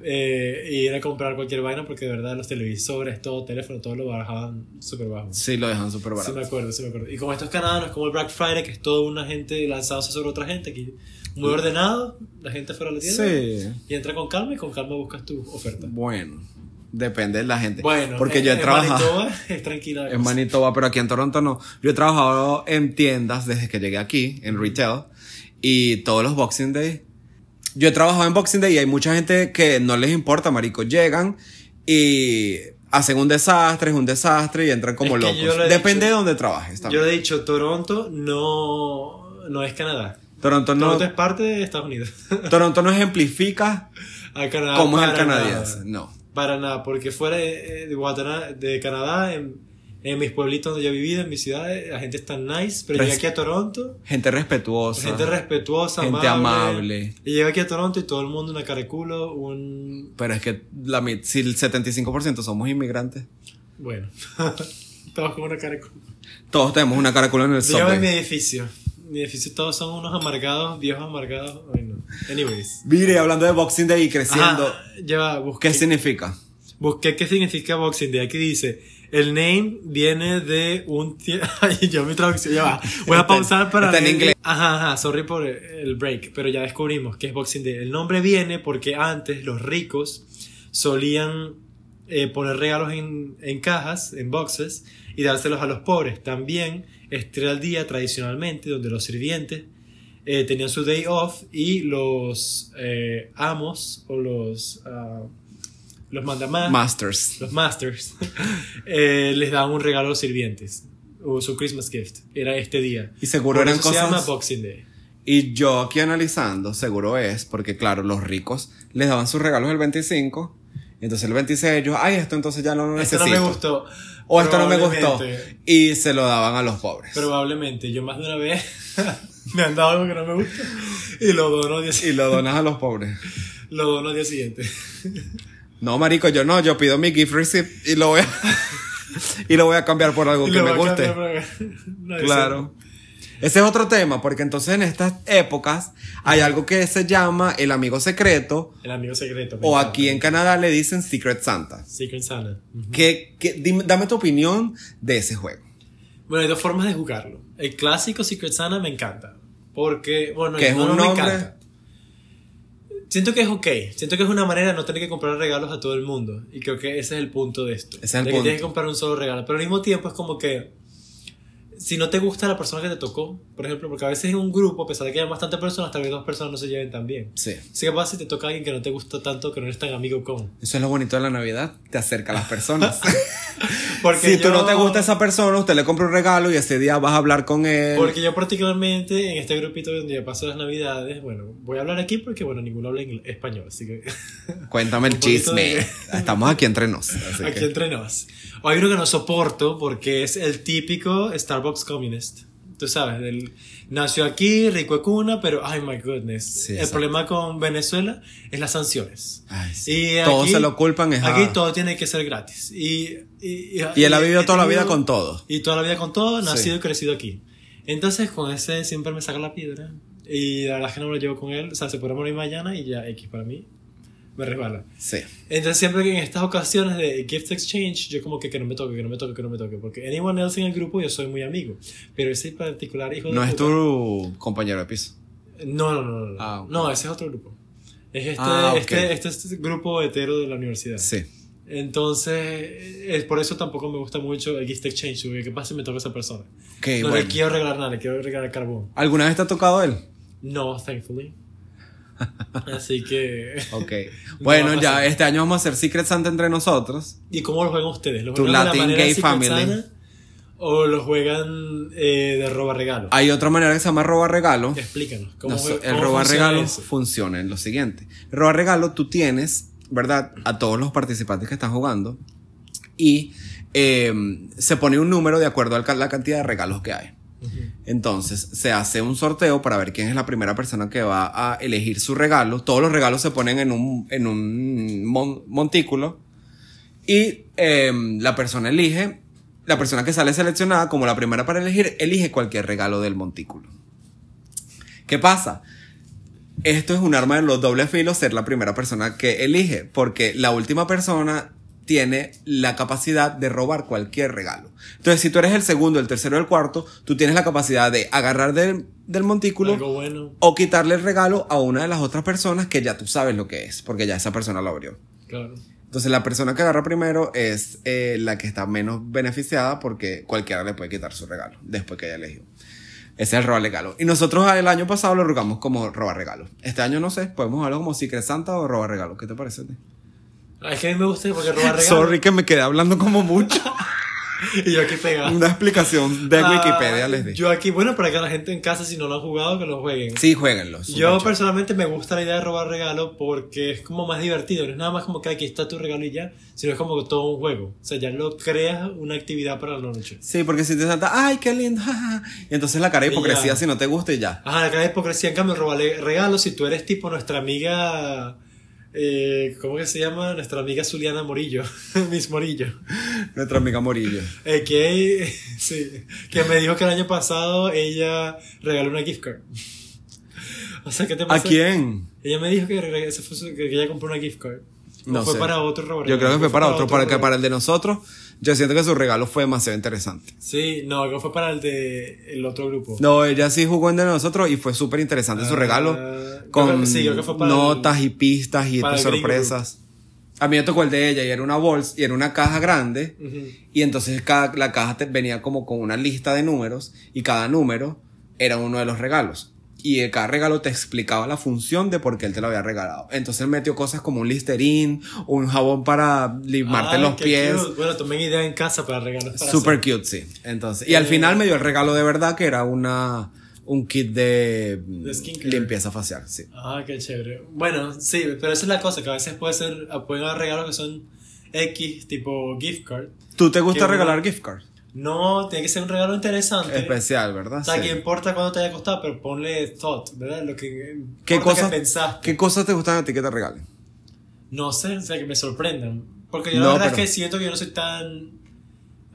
[SPEAKER 2] eh, e ir a comprar cualquier vaina porque de verdad los televisores, todo, teléfono, todo lo bajaban súper bajo.
[SPEAKER 3] Sí, lo dejan súper
[SPEAKER 2] Sí me
[SPEAKER 3] barato.
[SPEAKER 2] acuerdo, sí me acuerdo. Y como esto es Canadá, no es como el Black Friday, que es toda una gente lanzándose sobre otra gente, aquí muy ordenado, la gente fuera de la tienda.
[SPEAKER 3] Sí,
[SPEAKER 2] Y entra con calma y con calma buscas tu oferta.
[SPEAKER 3] bueno, depende de la gente.
[SPEAKER 2] Bueno,
[SPEAKER 3] porque
[SPEAKER 2] en-
[SPEAKER 3] yo he
[SPEAKER 2] en
[SPEAKER 3] trabajado
[SPEAKER 2] Manitoba es tranquila. la
[SPEAKER 3] en
[SPEAKER 2] cosa.
[SPEAKER 3] Manitoba, pero aquí en Toronto no. Yo he trabajado en tiendas desde que llegué aquí, en retail, y todos los Boxing Day. Yo he trabajado en Boxing Day y hay mucha gente que no les importa, marico. Llegan y hacen un desastre, es un desastre y entran como
[SPEAKER 2] Es que yo
[SPEAKER 3] locos.
[SPEAKER 2] lo he
[SPEAKER 3] Depende
[SPEAKER 2] dicho-
[SPEAKER 3] de dónde trabajes
[SPEAKER 2] Yo
[SPEAKER 3] también.
[SPEAKER 2] le he dicho, Toronto no, no es Canadá.
[SPEAKER 3] Toronto no,
[SPEAKER 2] Toronto es parte de Estados Unidos.
[SPEAKER 3] Toronto no ejemplifica
[SPEAKER 2] A Canadá.
[SPEAKER 3] cómo es el
[SPEAKER 2] para nada.
[SPEAKER 3] canadiense. No.
[SPEAKER 2] Para nada, porque fuera de, de Guatana- de Canadá, en, en mis pueblitos donde yo he vivido, en mis ciudades, la gente es tan nice, pero
[SPEAKER 3] Res-
[SPEAKER 2] llegué aquí a Toronto.
[SPEAKER 3] Gente respetuosa.
[SPEAKER 2] gente respetuosa,
[SPEAKER 3] gente amable.
[SPEAKER 2] Y llegué aquí a Toronto y todo el mundo una cara de culo, un...
[SPEAKER 3] Pero es que la, mit- si el 75% somos inmigrantes,
[SPEAKER 2] Bueno, todos con una cara de culo.
[SPEAKER 3] todos tenemos una caracula en el
[SPEAKER 2] Se llama mi
[SPEAKER 3] subway.
[SPEAKER 2] edificio. Mi edificio todos son unos amargados, viejos amargados. Ay, no. Anyways.
[SPEAKER 3] Mire, hablando de Boxing Day y creciendo,
[SPEAKER 2] Ajá, ya va, busqué,
[SPEAKER 3] ¿qué significa?
[SPEAKER 2] busqué qué significa Boxing Day. Aquí dice, El name viene de un... tie- Ay, yo mi traducción ya va. Voy a
[SPEAKER 3] Está-
[SPEAKER 2] pausar para...
[SPEAKER 3] está en
[SPEAKER 2] ver-
[SPEAKER 3] inglés.
[SPEAKER 2] Ajá, ajá, sorry por el break, pero ya descubrimos que es Boxing Day. El nombre viene porque antes los ricos solían eh, poner regalos en, en cajas, en boxes, y dárselos a los pobres. También este era el día tradicionalmente donde los sirvientes eh, tenían su day off y los eh, amos o los... ah, los mandamás
[SPEAKER 3] Masters.
[SPEAKER 2] los masters, eh, les daban un regalo a los sirvientes. O su Christmas gift. Era este día.
[SPEAKER 3] Y seguro
[SPEAKER 2] Por
[SPEAKER 3] eran
[SPEAKER 2] eso Se llama
[SPEAKER 3] cosas.
[SPEAKER 2] Boxing Day.
[SPEAKER 3] Y yo aquí analizando, seguro es, porque claro, los ricos les daban sus regalos el 25. y entonces el 26 ellos, ay, esto entonces ya no lo
[SPEAKER 2] Esto
[SPEAKER 3] necesito.
[SPEAKER 2] no me gustó.
[SPEAKER 3] o esto no me gustó.
[SPEAKER 2] Probablemente.
[SPEAKER 3] Y se lo daban a los pobres.
[SPEAKER 2] Probablemente. Yo más de una vez me han dado algo que no me gusta. Y lo dono al día, si-
[SPEAKER 3] Y lo donas a los pobres.
[SPEAKER 2] lo dono al día siguiente.
[SPEAKER 3] No, marico, yo no, yo pido mi gift receipt y lo voy a, y lo voy a cambiar por algo
[SPEAKER 2] Y
[SPEAKER 3] que
[SPEAKER 2] lo
[SPEAKER 3] me
[SPEAKER 2] voy a
[SPEAKER 3] guste.
[SPEAKER 2] cambiar por- No, eso-
[SPEAKER 3] Claro. Ese es otro tema, porque entonces en estas épocas hay algo que se llama el amigo secreto,
[SPEAKER 2] El amigo secreto. me
[SPEAKER 3] o
[SPEAKER 2] encanta.
[SPEAKER 3] aquí en Canadá le dicen Secret Santa.
[SPEAKER 2] Secret Santa. Ujú.
[SPEAKER 3] ¿Qué, qué- dime- dame tu opinión de ese juego.
[SPEAKER 2] Bueno, hay dos formas de jugarlo. El clásico Secret Santa me encanta. Porque, bueno,
[SPEAKER 3] Que es
[SPEAKER 2] no, no
[SPEAKER 3] un
[SPEAKER 2] me
[SPEAKER 3] nombre.
[SPEAKER 2] encanta. Siento que es ok. Siento que es una manera de no tener que comprar regalos a todo el mundo. Y creo que ese es el punto de esto.
[SPEAKER 3] Ese es el
[SPEAKER 2] de que
[SPEAKER 3] punto.
[SPEAKER 2] tienes que comprar un solo regalo. Pero al mismo tiempo es como que. Si no te gusta la persona que te tocó, por ejemplo, porque a veces en un grupo, a pesar de que hay bastantes personas, tal vez dos personas no se lleven tan bien.
[SPEAKER 3] Sí.
[SPEAKER 2] Así que pasa si te toca alguien que no te gusta tanto, que no eres tan amigo con.
[SPEAKER 3] Eso es lo bonito de la Navidad, te acerca a las personas.
[SPEAKER 2] Porque
[SPEAKER 3] si tú no
[SPEAKER 2] yo-
[SPEAKER 3] te gusta esa persona, usted le compra un regalo y ese día vas a hablar con él.
[SPEAKER 2] Porque yo particularmente en este grupito donde yo paso las navidades, bueno, voy a hablar aquí porque bueno, ninguno habla ingl- español, así que
[SPEAKER 3] Cuéntame el
[SPEAKER 2] Un poquito
[SPEAKER 3] chisme.
[SPEAKER 2] de-
[SPEAKER 3] Estamos aquí entre nos. así
[SPEAKER 2] aquí
[SPEAKER 3] que-
[SPEAKER 2] entre nos. O hay uno que no soporto porque es el típico Starbucks communist. Tú sabes, del nació aquí, rico de cuna, pero ay my goodness.
[SPEAKER 3] Sí,
[SPEAKER 2] el
[SPEAKER 3] exacto.
[SPEAKER 2] problema con Venezuela es las sanciones.
[SPEAKER 3] Ay, sí.
[SPEAKER 2] Y
[SPEAKER 3] Todos
[SPEAKER 2] aquí-
[SPEAKER 3] se lo culpan. Es a-
[SPEAKER 2] Aquí todo tiene que ser gratis. Y, y, y-
[SPEAKER 3] y él ha vivido
[SPEAKER 2] he
[SPEAKER 3] toda la vida
[SPEAKER 2] tenido-
[SPEAKER 3] con todo.
[SPEAKER 2] Y toda la vida con todo, nacido
[SPEAKER 3] Sí.
[SPEAKER 2] y crecido aquí. Entonces, con ese siempre me saca la piedra. Y la verdad es que no me lo llevo con él. O sea, se puede morir mañana y ya X para mí me resbala.
[SPEAKER 3] Sí.
[SPEAKER 2] Entonces, siempre que en estas ocasiones de gift exchange, yo como que que no me toque, que no me toque, que no me toque. Porque anyone else en el grupo yo soy muy amigo. Pero ese particular hijo de
[SPEAKER 3] No es
[SPEAKER 2] puta-
[SPEAKER 3] tu compañero de piso.
[SPEAKER 2] No, no, no, no. No,
[SPEAKER 3] Ah, ok.
[SPEAKER 2] No, ese es otro grupo. Es este,
[SPEAKER 3] Ah, ok.
[SPEAKER 2] este, este, es el grupo hetero de la universidad.
[SPEAKER 3] Sí.
[SPEAKER 2] Entonces, eh, por eso tampoco me gusta mucho el gift exchange, porque qué pasa si me toca esa persona.
[SPEAKER 3] Ok,
[SPEAKER 2] no
[SPEAKER 3] bueno.
[SPEAKER 2] le quiero regalar nada, le quiero regalar carbón.
[SPEAKER 3] ¿Alguna vez te ha tocado él?
[SPEAKER 2] No, thankfully. Así que...
[SPEAKER 3] Ok.
[SPEAKER 2] No va
[SPEAKER 3] Bueno,
[SPEAKER 2] a
[SPEAKER 3] ya
[SPEAKER 2] pasar.
[SPEAKER 3] este año vamos a hacer Secret Santa entre nosotros.
[SPEAKER 2] ¿Y cómo lo juegan ustedes? ¿Lo
[SPEAKER 3] Tu
[SPEAKER 2] juegan
[SPEAKER 3] Latin
[SPEAKER 2] manera
[SPEAKER 3] gay
[SPEAKER 2] secret
[SPEAKER 3] family.
[SPEAKER 2] sana ¿O lo juegan eh, de roba regalo?
[SPEAKER 3] Hay otra manera que se llama robar regalo.
[SPEAKER 2] Explícanos. ¿cómo
[SPEAKER 3] Ah. No
[SPEAKER 2] jue-
[SPEAKER 3] sé, el
[SPEAKER 2] cómo
[SPEAKER 3] robar
[SPEAKER 2] funciona
[SPEAKER 3] regalo
[SPEAKER 2] eso?
[SPEAKER 3] funciona en lo siguiente. El robar regalo, tú tienes, ¿verdad? A todos los participantes que están jugando y eh, se pone un número de acuerdo a la cantidad de regalos que hay.
[SPEAKER 2] Ujú.
[SPEAKER 3] Entonces se hace un sorteo para ver quién es la primera persona que va a elegir su regalo. Todos los regalos se ponen en un, en un mon- montículo y eh, la persona elige, la persona que sale seleccionada como la primera para elegir, elige cualquier regalo del montículo. ¿Qué pasa? Esto es un arma de los dobles filos ser la primera persona que elige, porque la última persona tiene la capacidad de robar cualquier regalo. Entonces, si tú eres el segundo, el tercero, el cuarto, tú tienes la capacidad de agarrar del, del montículo
[SPEAKER 2] Algo bueno,
[SPEAKER 3] o quitarle el regalo a una de las otras personas que ya tú sabes lo que es, porque ya esa persona lo abrió.
[SPEAKER 2] claro.
[SPEAKER 3] Entonces, la persona que agarra primero es eh, la que está menos beneficiada porque cualquiera le puede quitar su regalo después que haya elegido. Ese es el robar regalo. Y nosotros el año pasado lo rogamos como robar regalo. Este año no sé, podemos hablar como Secret Santa o robar regalo. ¿Qué te parece? a ti?
[SPEAKER 2] Ah, Es que a mí me gusta porque robar regalo...
[SPEAKER 3] Sorry que me quedé hablando como mucho.
[SPEAKER 2] Y yo aquí pegado.
[SPEAKER 3] Una explicación de Wikipedia
[SPEAKER 2] Ah,
[SPEAKER 3] les di.
[SPEAKER 2] Yo aquí, bueno, para que la gente en casa, si no lo han jugado, que lo jueguen.
[SPEAKER 3] Sí, jueguenlos.
[SPEAKER 2] Yo personalmente me gusta la idea de robar regalo porque es como más divertido, no es nada más como que aquí está tu regalo y ya, sino es como todo un juego. O sea, ya lo creas una actividad para la noche.
[SPEAKER 3] Sí, porque si te salta, ay, qué lindo. jajaja", Y entonces la cara de
[SPEAKER 2] Y
[SPEAKER 3] hipocresía
[SPEAKER 2] ya.
[SPEAKER 3] si no te gusta y ya.
[SPEAKER 2] Ajá, acá hay hipocresía, en cambio, robar regalo, si tú eres tipo nuestra amiga, eh, ¿cómo que se llama? Nuestra amiga Zuliana Morillo, Miss Morillo,
[SPEAKER 3] Nuestra amiga Morillo.
[SPEAKER 2] eh, que, sí, que me dijo que el año pasado ella regaló una gift card. O sea, ¿qué te
[SPEAKER 3] ¿A
[SPEAKER 2] pasa?
[SPEAKER 3] quién?
[SPEAKER 2] Ella me dijo que, reg- esa fue su- que ella compró una gift card.
[SPEAKER 3] No
[SPEAKER 2] o fue
[SPEAKER 3] sé.
[SPEAKER 2] para otro Robert
[SPEAKER 3] Yo creo que fue para otro, para, que,
[SPEAKER 2] Robert-
[SPEAKER 3] para el de nosotros. Yo siento que su regalo fue demasiado interesante.
[SPEAKER 2] Sí, no, creo que fue para el de el otro grupo.
[SPEAKER 3] No, ella sí jugó en de nosotros y fue súper interesante su
[SPEAKER 2] Ah,
[SPEAKER 3] regalo.
[SPEAKER 2] creo
[SPEAKER 3] Con
[SPEAKER 2] que- sí, creo que fue para
[SPEAKER 3] notas
[SPEAKER 2] el-
[SPEAKER 3] y pistas y
[SPEAKER 2] para
[SPEAKER 3] estas
[SPEAKER 2] el Green
[SPEAKER 3] sorpresas. A mí me tocó el de ella y era una bolsa y era una caja grande.
[SPEAKER 2] Ujú.
[SPEAKER 3] Y entonces cada, la caja te- venía como con una lista de números y cada número era uno de los regalos. Y de cada regalo te explicaba la función de por qué él te lo había regalado. Entonces él metió cosas como un listerín, un jabón para limarte
[SPEAKER 2] Ay,
[SPEAKER 3] los
[SPEAKER 2] qué
[SPEAKER 3] pies.
[SPEAKER 2] cute. Bueno, tomé idea en casa para regalos. para
[SPEAKER 3] Super
[SPEAKER 2] hacer.
[SPEAKER 3] cute, sí. Entonces, y al
[SPEAKER 2] Eh.
[SPEAKER 3] final me dio el regalo de verdad que era una, un kit de, mm,
[SPEAKER 2] De skincare.
[SPEAKER 3] limpieza facial, sí.
[SPEAKER 2] Ah, qué chévere. Bueno, sí, pero esa es la cosa, que a veces puede ser, pueden haber regalos que son X, tipo gift card.
[SPEAKER 3] ¿Tú te gusta
[SPEAKER 2] Qué
[SPEAKER 3] regalar
[SPEAKER 2] bueno.
[SPEAKER 3] gift cards?
[SPEAKER 2] No, tiene que ser un regalo interesante.
[SPEAKER 3] Especial, ¿verdad?
[SPEAKER 2] O sea,
[SPEAKER 3] Sí.
[SPEAKER 2] que importa cuánto te haya costado, pero ponle thought, ¿verdad? Lo que
[SPEAKER 3] ¿Qué
[SPEAKER 2] importa
[SPEAKER 3] cosas,
[SPEAKER 2] que pensaste.
[SPEAKER 3] ¿Qué cosas te gustan a ti que te regalen?
[SPEAKER 2] No sé, o sea, que me sorprendan. Porque yo
[SPEAKER 3] No,
[SPEAKER 2] la verdad
[SPEAKER 3] pero-
[SPEAKER 2] es que siento que yo no soy tan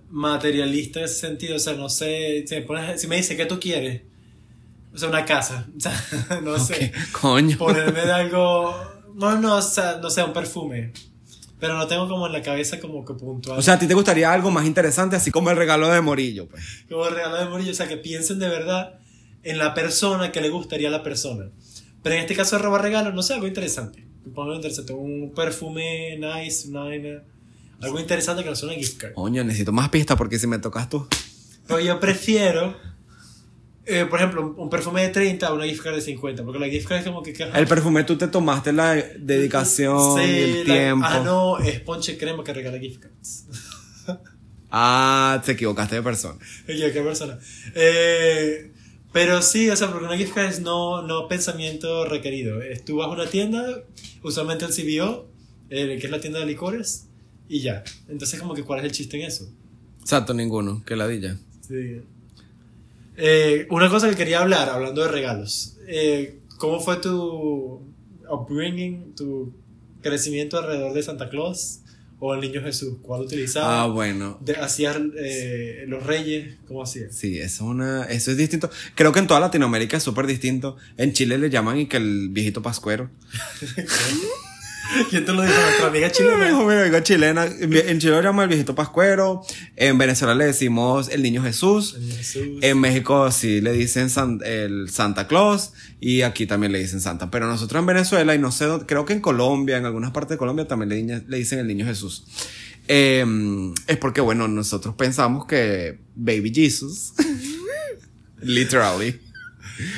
[SPEAKER 2] materialista en ese sentido. O sea, no sé, si me, pones- si me dice qué tú quieres, o sea, una casa, o sea, no sé.
[SPEAKER 3] ¿Qué? Coño.
[SPEAKER 2] Ponerme de algo, no, no, o sea, no sé, un perfume. Pero no tengo como en la cabeza como que puntual.
[SPEAKER 3] O sea, a ti te gustaría algo más interesante, así como el regalo de Morillo, pues.
[SPEAKER 2] como regalo de morir, o sea, que piensen de verdad en la persona que le gustaría a la persona. Pero en este caso de robar regalos, no sé, algo interesante. Pongo algo interesante, un perfume nice, una vaina, algo interesante que no sea una gift card.
[SPEAKER 3] Coño, necesito más pistas porque si me tocas tú.
[SPEAKER 2] Pero yo prefiero, eh, por ejemplo, un, un perfume de 30 a una gift card de 50, porque la gift card es como que...
[SPEAKER 3] El perfume tú te tomaste la dedicación,
[SPEAKER 2] Sí,
[SPEAKER 3] el
[SPEAKER 2] la-
[SPEAKER 3] tiempo.
[SPEAKER 2] Ah, no, es ponche crema que regala gift cards.
[SPEAKER 3] Ah, te equivocaste de persona.
[SPEAKER 2] Yo, qué persona. Eh, pero sí, o sea, porque una gift card es no, no pensamiento requerido. Es, tú vas a una tienda, usualmente el CBO, eh, que es la tienda de licores, y ya. Entonces, como que, ¿cuál es el chiste en eso?
[SPEAKER 3] Exacto, ninguno, que ladilla.
[SPEAKER 2] Sí. Eh, una cosa que quería hablar, hablando de regalos. Eh, ¿Cómo fue tu upbringing, tu crecimiento alrededor de Santa Claus o el Niño Jesús? ¿Cuál
[SPEAKER 3] Ah,
[SPEAKER 2] utilizabas?
[SPEAKER 3] bueno.
[SPEAKER 2] De- ¿Hacías eh, los reyes? ¿Cómo hacías?
[SPEAKER 3] Sí, eso es una, eso es distinto. Creo que en toda Latinoamérica es súper distinto. En Chile le llaman y que el viejito pascuero.
[SPEAKER 2] ¿Quién te lo dijo? Nuestra amiga
[SPEAKER 3] Me
[SPEAKER 2] chilena.
[SPEAKER 3] dijo mi amiga chilena. En Chile le llaman el viejito pascuero. En Venezuela le decimos el niño Jesús.
[SPEAKER 2] Jesús.
[SPEAKER 3] En México sí le dicen San- el Santa Claus y aquí también le dicen Santa. Pero nosotros en Venezuela y no sé dónde, creo que en Colombia, en algunas partes de Colombia también le, diña- le dicen el niño Jesús. Eh, es porque, bueno, nosotros pensamos que Baby Jesus, literally,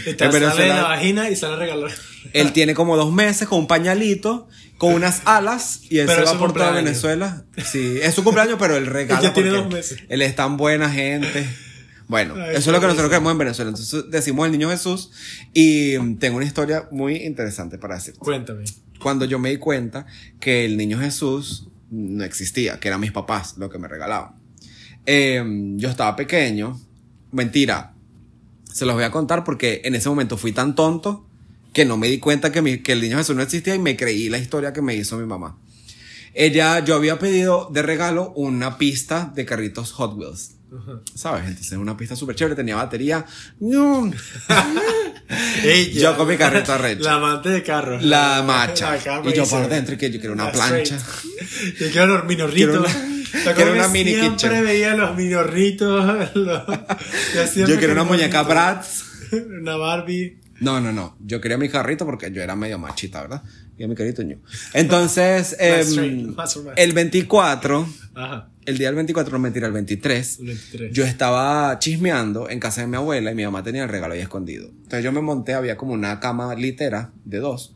[SPEAKER 2] Y te
[SPEAKER 3] en
[SPEAKER 2] sale
[SPEAKER 3] Venezuela-
[SPEAKER 2] la vagina y sale a regalar.
[SPEAKER 3] él tiene como dos meses con un pañalito, con unas alas y él
[SPEAKER 2] Pero
[SPEAKER 3] se
[SPEAKER 2] es
[SPEAKER 3] va
[SPEAKER 2] su
[SPEAKER 3] por toda
[SPEAKER 2] cumpleaños.
[SPEAKER 3] Venezuela. Sí, es su cumpleaños, pero él regala.
[SPEAKER 2] Ya tiene
[SPEAKER 3] porque
[SPEAKER 2] dos meses.
[SPEAKER 3] Él es tan buena gente. Bueno,
[SPEAKER 2] Ay,
[SPEAKER 3] eso es lo que nosotros
[SPEAKER 2] pobrecito.
[SPEAKER 3] queremos en Venezuela. Entonces decimos el niño Jesús y mm, tengo una historia muy interesante para decir.
[SPEAKER 2] Cuéntame.
[SPEAKER 3] Cuando yo me di cuenta que el niño Jesús no existía, que eran mis papás lo que me regalaban. Eh, yo estaba pequeño. Mentira. Se los voy a contar porque en ese momento fui tan tonto que no me di cuenta que, mi- que el niño Jesús no existía y me creí la historia que me hizo mi mamá. Ella, yo había pedido de regalo una pista de carritos Hot Wheels.
[SPEAKER 2] Ajá.
[SPEAKER 3] ¿Sabes? Entonces una pista súper chévere, tenía batería. No.
[SPEAKER 2] Ella.
[SPEAKER 3] Yo con mi carrito arrecho.
[SPEAKER 2] La amante de carro.
[SPEAKER 3] La macha.
[SPEAKER 2] cama
[SPEAKER 3] Y yo
[SPEAKER 2] hizo-
[SPEAKER 3] por dentro y que yo quiero una
[SPEAKER 2] La
[SPEAKER 3] plancha.
[SPEAKER 2] straight. Yo quiero los minorritos.
[SPEAKER 3] Quiero una-
[SPEAKER 2] O sea,
[SPEAKER 3] quiero
[SPEAKER 2] como
[SPEAKER 3] una
[SPEAKER 2] que
[SPEAKER 3] mini
[SPEAKER 2] siempre
[SPEAKER 3] kitchen.
[SPEAKER 2] veía los minorritos. los- yo siempre
[SPEAKER 3] Yo quiero una
[SPEAKER 2] quería
[SPEAKER 3] muñeca
[SPEAKER 2] minorritos.
[SPEAKER 3] Bratz.
[SPEAKER 2] Una Barbie.
[SPEAKER 3] No, no, no. Yo quería mi carrito porque yo era medio machita, ¿verdad? Y mi carrito ñu. Entonces,
[SPEAKER 2] Más
[SPEAKER 3] em,
[SPEAKER 2] straight, más o menos.
[SPEAKER 3] el 24,
[SPEAKER 2] Ajá.
[SPEAKER 3] el día del 24, no mentira, el 23,
[SPEAKER 2] el 23.
[SPEAKER 3] yo estaba chismeando en casa de mi abuela y mi mamá tenía el regalo ahí escondido. Entonces yo me monté, había como una cama litera de dos.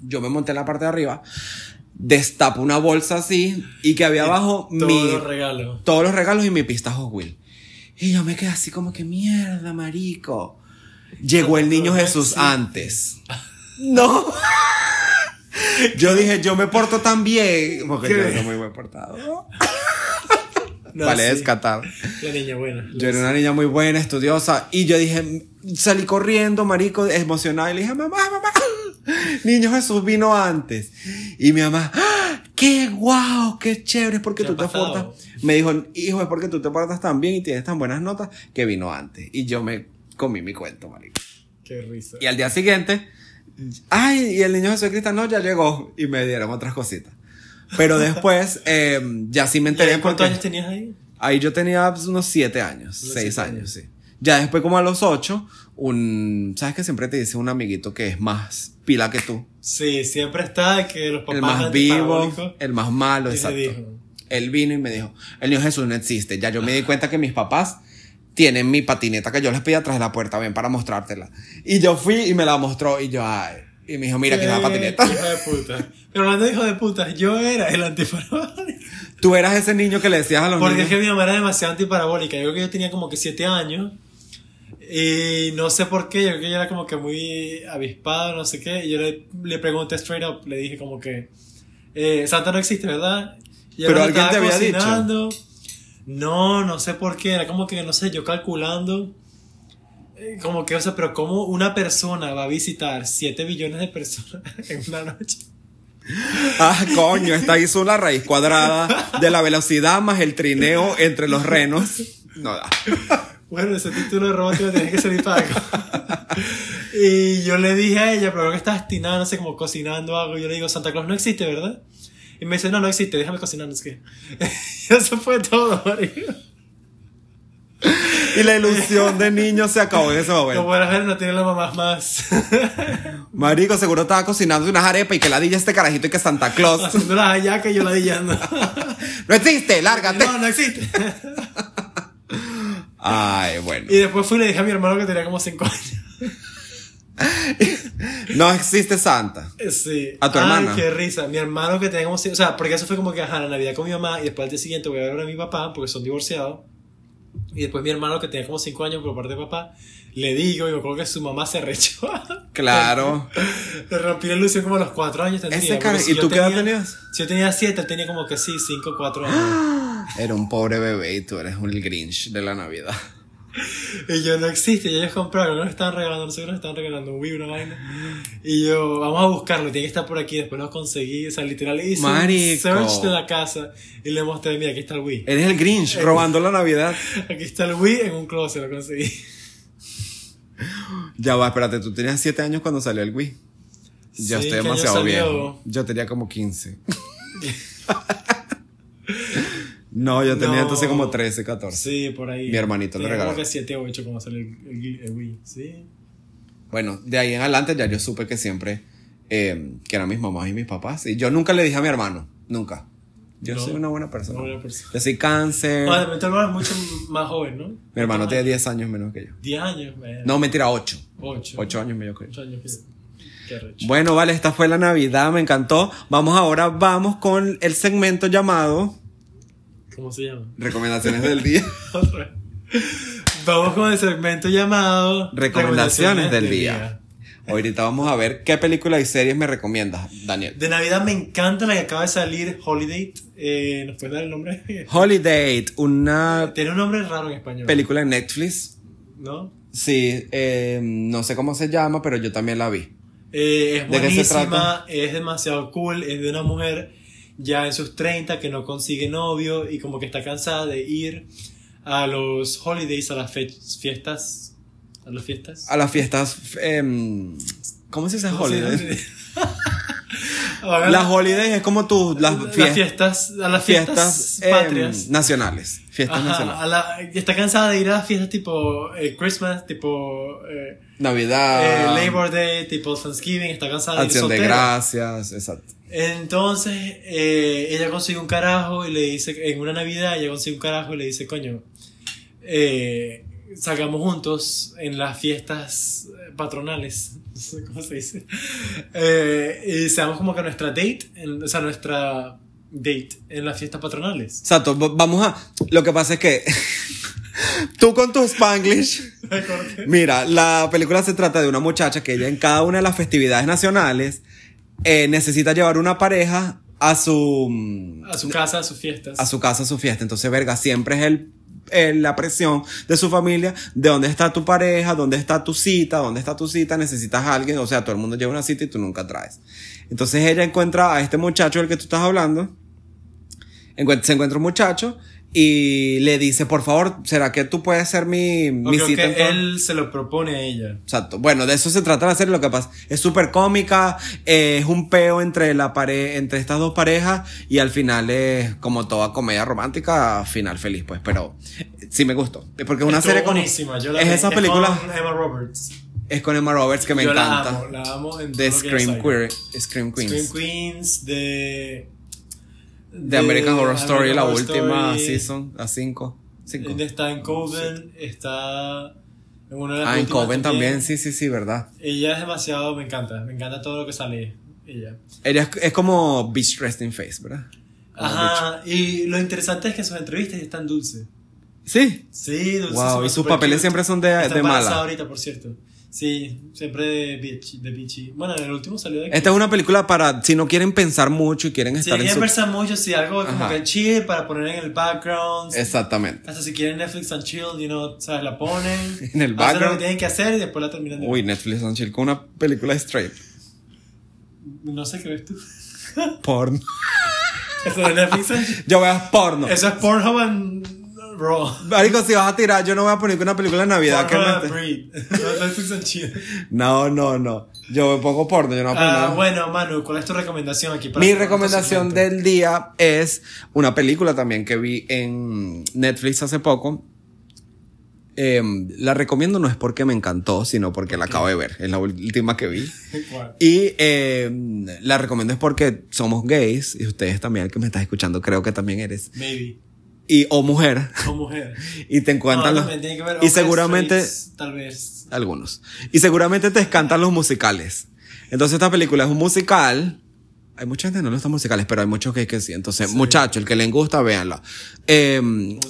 [SPEAKER 3] Yo me monté en la parte de arriba, destapo una bolsa así y que había abajo
[SPEAKER 2] Todos
[SPEAKER 3] mi
[SPEAKER 2] los regalos.
[SPEAKER 3] todos los regalos y mi pista Hot Wheels. Y yo me quedé así como que mierda, marico. Llegó el niño Jesús antes. No. Yo dije, yo me porto tan bien. Porque yo
[SPEAKER 2] ¿Qué?
[SPEAKER 3] era muy buen portado.
[SPEAKER 2] No,
[SPEAKER 3] vale,
[SPEAKER 2] sí.
[SPEAKER 3] descatar.
[SPEAKER 2] La niña buena.
[SPEAKER 3] Yo era una niña muy buena, estudiosa. Y yo dije, salí corriendo, marico, emocionada. Y le dije, mamá, mamá, niño Jesús vino antes. Y mi mamá, "¡Ah! qué guau, qué chévere, es porque
[SPEAKER 2] ¿Qué
[SPEAKER 3] tú
[SPEAKER 2] ha
[SPEAKER 3] te
[SPEAKER 2] pasado?
[SPEAKER 3] portas. Me dijo, hijo, es porque tú te portas tan bien y tienes tan buenas notas que vino antes. Y yo me comí mi cuento, marico.
[SPEAKER 2] Qué risa.
[SPEAKER 3] Y al día siguiente, ay, y el niño Jesús Cristo no, ya llegó. Y me dieron otras cositas. Pero después, em, ya sí me
[SPEAKER 2] ¿Y ahí
[SPEAKER 3] enteré
[SPEAKER 2] ¿Cuántos
[SPEAKER 3] porque
[SPEAKER 2] años tenías ahí?
[SPEAKER 3] ahí yo tenía pues, unos 7 años,
[SPEAKER 2] Unos
[SPEAKER 3] 6
[SPEAKER 2] siete
[SPEAKER 3] años, sí. Ya después como a los 8, un, ¿sabes que siempre te dice un amiguito que es más pila que tú?
[SPEAKER 2] Sí, siempre está de que los papás
[SPEAKER 3] El más vivo,
[SPEAKER 2] antipagólicos-
[SPEAKER 3] el más malo,
[SPEAKER 2] Y se
[SPEAKER 3] exacto.
[SPEAKER 2] dijo.
[SPEAKER 3] Él vino y me dijo, el niño Jesús no existe. Ya yo me di cuenta que mis papás tienen mi patineta que yo les pedí atrás de la puerta, ven, para mostrártela. Y yo fui y me la mostró y yo, ay. Y me dijo, mira, aquí está la
[SPEAKER 2] Eh,
[SPEAKER 3] patineta.
[SPEAKER 2] Hijo de puta. Pero hablando de hijo de puta, yo era el antiparabólico.
[SPEAKER 3] Tú eras ese niño que le decías a los
[SPEAKER 2] Porque
[SPEAKER 3] niños.
[SPEAKER 2] es que mi mamá era demasiado antiparabólica. Yo creo que yo tenía como que 7 años. Y no sé por qué, yo creo que yo era como que muy avispado, no sé qué. Y yo le, le pregunté straight up, le dije como que eh, Santa no existe, ¿verdad? Y ella
[SPEAKER 3] Pero
[SPEAKER 2] cuando
[SPEAKER 3] alguien
[SPEAKER 2] estaba
[SPEAKER 3] te había dicho.
[SPEAKER 2] cocinando, No, no sé por qué, era como que, no sé, yo calculando. eh, Como que, o sea, pero ¿cómo una persona va a visitar 7 billones de personas en una noche?
[SPEAKER 3] Ah, coño, esta hizo una raíz cuadrada de la velocidad más el trineo entre los renos. No da.
[SPEAKER 2] Bueno, ese título de robot me tenía que salir pago. y yo le dije a ella, pero creo que estás obstinada, no sé, como cocinando algo. Y yo le digo, Santa Claus no existe, ¿verdad? Y me dice, no, no existe, déjame cocinar, no sé qué. Y Eso fue todo, marico.
[SPEAKER 3] Y la ilusión de niño se acabó en ese
[SPEAKER 2] Lo
[SPEAKER 3] momento.
[SPEAKER 2] bueno es no tiene las mamás más.
[SPEAKER 3] Marico, seguro estaba cocinando unas arepas y que ladilla este carajito y que Santa Claus.
[SPEAKER 2] Haciendo las hallacas y yo la dillando.
[SPEAKER 3] No existe, lárgate.
[SPEAKER 2] no, no existe.
[SPEAKER 3] Ay, bueno.
[SPEAKER 2] Y después fui y le dije a mi hermano que tenía como 5 años.
[SPEAKER 3] No existe Santa.
[SPEAKER 2] Eh, Sí.
[SPEAKER 3] ¿A tu
[SPEAKER 2] Ay,
[SPEAKER 3] hermana?
[SPEAKER 2] qué risa. Mi hermano que tenía como 5 O sea, porque eso fue como que, ajá, la Navidad con mi mamá y después al día siguiente voy a ver a mi papá porque son divorciados. Y después mi hermano que tenía como 5 años por parte de papá, le digo y me acuerdo que su mamá se rechó.
[SPEAKER 3] Claro.
[SPEAKER 2] le rompí la ilusión como a los 4 años tendría.
[SPEAKER 3] Ese
[SPEAKER 2] porque
[SPEAKER 3] cara-
[SPEAKER 2] si
[SPEAKER 3] ¿Y
[SPEAKER 2] yo
[SPEAKER 3] tú qué edad
[SPEAKER 2] tenía-
[SPEAKER 3] tenías? Ah,
[SPEAKER 2] Si yo tenía 7, él tenía como que sí, 5, 4 años.
[SPEAKER 3] Era un pobre bebé y tú eres un Grinch de la Navidad.
[SPEAKER 2] Y yo, no existe, ya ellos compraron, no nos estaban regalando, no sé qué nos estaban regalando, un Wii, una vaina. Y yo, vamos a buscarlo, tiene que estar por aquí, después lo conseguí, o sea, literal hice un
[SPEAKER 3] Marico.
[SPEAKER 2] search de la casa y le mostré, mira, aquí está el Wii.
[SPEAKER 3] Eres el Grinch robando la Navidad.
[SPEAKER 2] Aquí está el Wii en un closet, lo conseguí.
[SPEAKER 3] Ya va, espérate, tú tenías 7 años cuando salió el Wii. Yo
[SPEAKER 2] Sí,
[SPEAKER 3] estoy
[SPEAKER 2] ¿qué año
[SPEAKER 3] demasiado
[SPEAKER 2] salió?
[SPEAKER 3] viejo. Yo tenía como 15. no, yo tenía
[SPEAKER 2] No.
[SPEAKER 3] entonces como 13, 14.
[SPEAKER 2] Sí, por ahí.
[SPEAKER 3] Mi hermanito le
[SPEAKER 2] Tenía
[SPEAKER 3] regaló.
[SPEAKER 2] Como que 7 o 8 cuando salió el, el- el Wii, sí.
[SPEAKER 3] Bueno, de ahí en adelante ya yo supe que siempre, eh, que eran mis mamás y mis papás. Y yo nunca le dije a mi hermano, nunca. Yo
[SPEAKER 2] No.
[SPEAKER 3] soy una buena persona.
[SPEAKER 2] Una buena persona.
[SPEAKER 3] Yo soy cáncer.
[SPEAKER 2] Bueno, mi hermano es mucho más joven, ¿no?
[SPEAKER 3] mi hermano tiene 10 años menos que yo.
[SPEAKER 2] 10 años, man.
[SPEAKER 3] No, mentira, 8.
[SPEAKER 2] 8.
[SPEAKER 3] 8 años menos que yo.
[SPEAKER 2] 8 años, qué, qué recho.
[SPEAKER 3] Bueno, vale, esta fue la Navidad, me encantó. Vamos ahora, vamos con el segmento llamado
[SPEAKER 2] ¿Cómo se llama?
[SPEAKER 3] Recomendaciones del Día.
[SPEAKER 2] Vamos con el segmento llamado
[SPEAKER 3] Recomendaciones del día. Ahorita vamos a ver qué película y series me recomiendas, Daniel.
[SPEAKER 2] De Navidad me encanta la que acaba de salir, Holiday. Eh, ¿Nos puedes dar el nombre?
[SPEAKER 3] Holiday, una
[SPEAKER 2] Tiene un nombre raro en español.
[SPEAKER 3] película en Netflix.
[SPEAKER 2] ¿No?
[SPEAKER 3] Sí, eh, no sé cómo se llama, pero yo también la vi.
[SPEAKER 2] Eh, es
[SPEAKER 3] ¿De qué se
[SPEAKER 2] buenísima, es demasiado cool, es de una mujer ya en sus 30 que no consigue novio y como que está cansada de ir a los holidays, a las fe- fiestas. ¿A las fiestas?
[SPEAKER 3] A las fiestas, em, ¿cómo se dice
[SPEAKER 2] ¿Cómo se
[SPEAKER 3] holidays?
[SPEAKER 2] dice? Ahora,
[SPEAKER 3] Las holidays es como tus las
[SPEAKER 2] las
[SPEAKER 3] fies-
[SPEAKER 2] fiestas, a las fiestas,
[SPEAKER 3] fiestas, em,
[SPEAKER 2] patrias.
[SPEAKER 3] nacionales, fiestas
[SPEAKER 2] Ajá,
[SPEAKER 3] nacionales.
[SPEAKER 2] a la- está cansada de ir a las fiestas tipo eh, Christmas, tipo eh, eh,
[SPEAKER 3] Navidad,
[SPEAKER 2] Labor Day, tipo Thanksgiving, está cansada
[SPEAKER 3] Ah.
[SPEAKER 2] de ir
[SPEAKER 3] acción de
[SPEAKER 2] soltera.
[SPEAKER 3] gracias, exacto.
[SPEAKER 2] Entonces, eh, ella consigue un carajo y le dice, en una Navidad ella consigue un carajo y le dice, coño, eh, salgamos juntos en las fiestas patronales, no sé cómo se dice, Eh, y seamos como que nuestra date, en- o sea, nuestra date en las fiestas patronales.
[SPEAKER 3] Exacto, v- vamos a. Lo que pasa es que. tú con tu Spanglish.
[SPEAKER 2] Me acordé.
[SPEAKER 3] Mira, la película se trata de una muchacha que ella en cada una de las festividades nacionales eh, necesita llevar una pareja a su. mm,
[SPEAKER 2] A su casa, a sus fiestas.
[SPEAKER 3] a su casa, a su fiesta. Entonces, verga, siempre es el, el- la presión de su familia, de dónde está tu pareja, dónde está tu cita, dónde está tu cita, necesitas a alguien, o sea, todo el mundo lleva una cita y tú nunca traes. Entonces ella encuentra a este muchacho del que tú estás hablando, encuent- se encuentra un muchacho y le dice, por favor, ¿será que tú puedes ser mi,
[SPEAKER 2] O
[SPEAKER 3] mi
[SPEAKER 2] creo
[SPEAKER 3] cita? en
[SPEAKER 2] que
[SPEAKER 3] todo?"
[SPEAKER 2] él se lo propone a ella.
[SPEAKER 3] Exacto. Bueno, de eso se trata la serie. Lo que pasa es súper cómica, eh, es un peo entre la pare entre estas dos parejas y al final es como toda comedia romántica, final feliz, pues. Pero sí me gustó. Porque es una
[SPEAKER 2] Estuvo
[SPEAKER 3] serie con,
[SPEAKER 2] buenísima. Yo la
[SPEAKER 3] es
[SPEAKER 2] vi.
[SPEAKER 3] esa
[SPEAKER 2] Es
[SPEAKER 3] película-
[SPEAKER 2] con Emma Roberts.
[SPEAKER 3] es con Emma Roberts que me
[SPEAKER 2] Yo
[SPEAKER 3] encanta.
[SPEAKER 2] La amo, la amo en
[SPEAKER 3] de
[SPEAKER 2] todo lo que
[SPEAKER 3] Scream,
[SPEAKER 2] ella
[SPEAKER 3] Queer- Scream
[SPEAKER 2] sabe.
[SPEAKER 3] Queens.
[SPEAKER 2] Scream Queens, de.
[SPEAKER 3] De American Horror Story, la
[SPEAKER 2] Horror
[SPEAKER 3] última
[SPEAKER 2] Story.
[SPEAKER 3] season, la 5.
[SPEAKER 2] Él Está en Coven, está en una de las
[SPEAKER 3] Ah, en
[SPEAKER 2] últimas
[SPEAKER 3] Coven también, sí, sí, sí, verdad.
[SPEAKER 2] Ella es demasiado, me encanta, me encanta todo lo que sale ella.
[SPEAKER 3] Ella es, es como Beach Resting Face, ¿verdad? Como bitch.
[SPEAKER 2] Ajá, y lo interesante es que sus entrevistas están dulces.
[SPEAKER 3] Sí.
[SPEAKER 2] Sí, dulces.
[SPEAKER 3] Wow,
[SPEAKER 2] súper
[SPEAKER 3] y sus papeles
[SPEAKER 2] cute.
[SPEAKER 3] siempre son de,
[SPEAKER 2] Está
[SPEAKER 3] de
[SPEAKER 2] embarazada
[SPEAKER 3] mala.
[SPEAKER 2] ahorita, por cierto. Sí, siempre de bitch, de bitchy. Bueno, en el último salió de
[SPEAKER 3] Esta es una película para si no quieren pensar mucho y quieren
[SPEAKER 2] Si
[SPEAKER 3] estar en
[SPEAKER 2] quieren
[SPEAKER 3] su...
[SPEAKER 2] verse mucho, si algo como
[SPEAKER 3] Ajá.
[SPEAKER 2] que chill para poner en el background.
[SPEAKER 3] Exactamente.
[SPEAKER 2] Hasta si quieren Netflix and chill, you know, ¿sabes? La ponen.
[SPEAKER 3] En el
[SPEAKER 2] Hacen lo que
[SPEAKER 3] background.
[SPEAKER 2] tienen que hacer y después la terminan de
[SPEAKER 3] Uy, Netflix on chill con una película straight.
[SPEAKER 2] No sé qué ves tú.
[SPEAKER 3] Porno.
[SPEAKER 2] Eso de Netflix and chill.
[SPEAKER 3] Yo veo porno.
[SPEAKER 2] Eso es Pornhub and Raw.
[SPEAKER 3] Marico, si vas a tirar, yo no voy a poner que una película de Navidad que
[SPEAKER 2] Pornhub
[SPEAKER 3] me...
[SPEAKER 2] and Breed. No es Netflix and chill.
[SPEAKER 3] No, no, no. Yo me pongo porno, yo pues no voy a poner
[SPEAKER 2] Ah,
[SPEAKER 3] nada.
[SPEAKER 2] bueno, Manu, ¿cuál es tu recomendación aquí? para
[SPEAKER 3] Mi
[SPEAKER 2] cerrar
[SPEAKER 3] recomendación
[SPEAKER 2] nuestro segmento?
[SPEAKER 3] del día es una película también que vi en Netflix hace poco. Eh, la recomiendo no es porque me encantó, sino porque la acabo de ver. Es la última que vi.
[SPEAKER 2] ¿Cuál?
[SPEAKER 3] Y eh, la recomiendo es porque somos gays y ustedes también, el que me estás escuchando, creo que también eres.
[SPEAKER 2] Maybe.
[SPEAKER 3] Y o mujer.
[SPEAKER 2] O mujer.
[SPEAKER 3] Y te encuentran
[SPEAKER 2] No,
[SPEAKER 3] los-
[SPEAKER 2] también tiene que ver
[SPEAKER 3] y
[SPEAKER 2] hombres,
[SPEAKER 3] seguramente
[SPEAKER 2] straights, tal vez.
[SPEAKER 3] algunos. Y seguramente te encantan los musicales. Entonces esta película es un musical. Hay mucha gente que no le gustan musicales, pero hay muchos que, que sí. Entonces, muchachos, el que les gusta, véanla. Eh,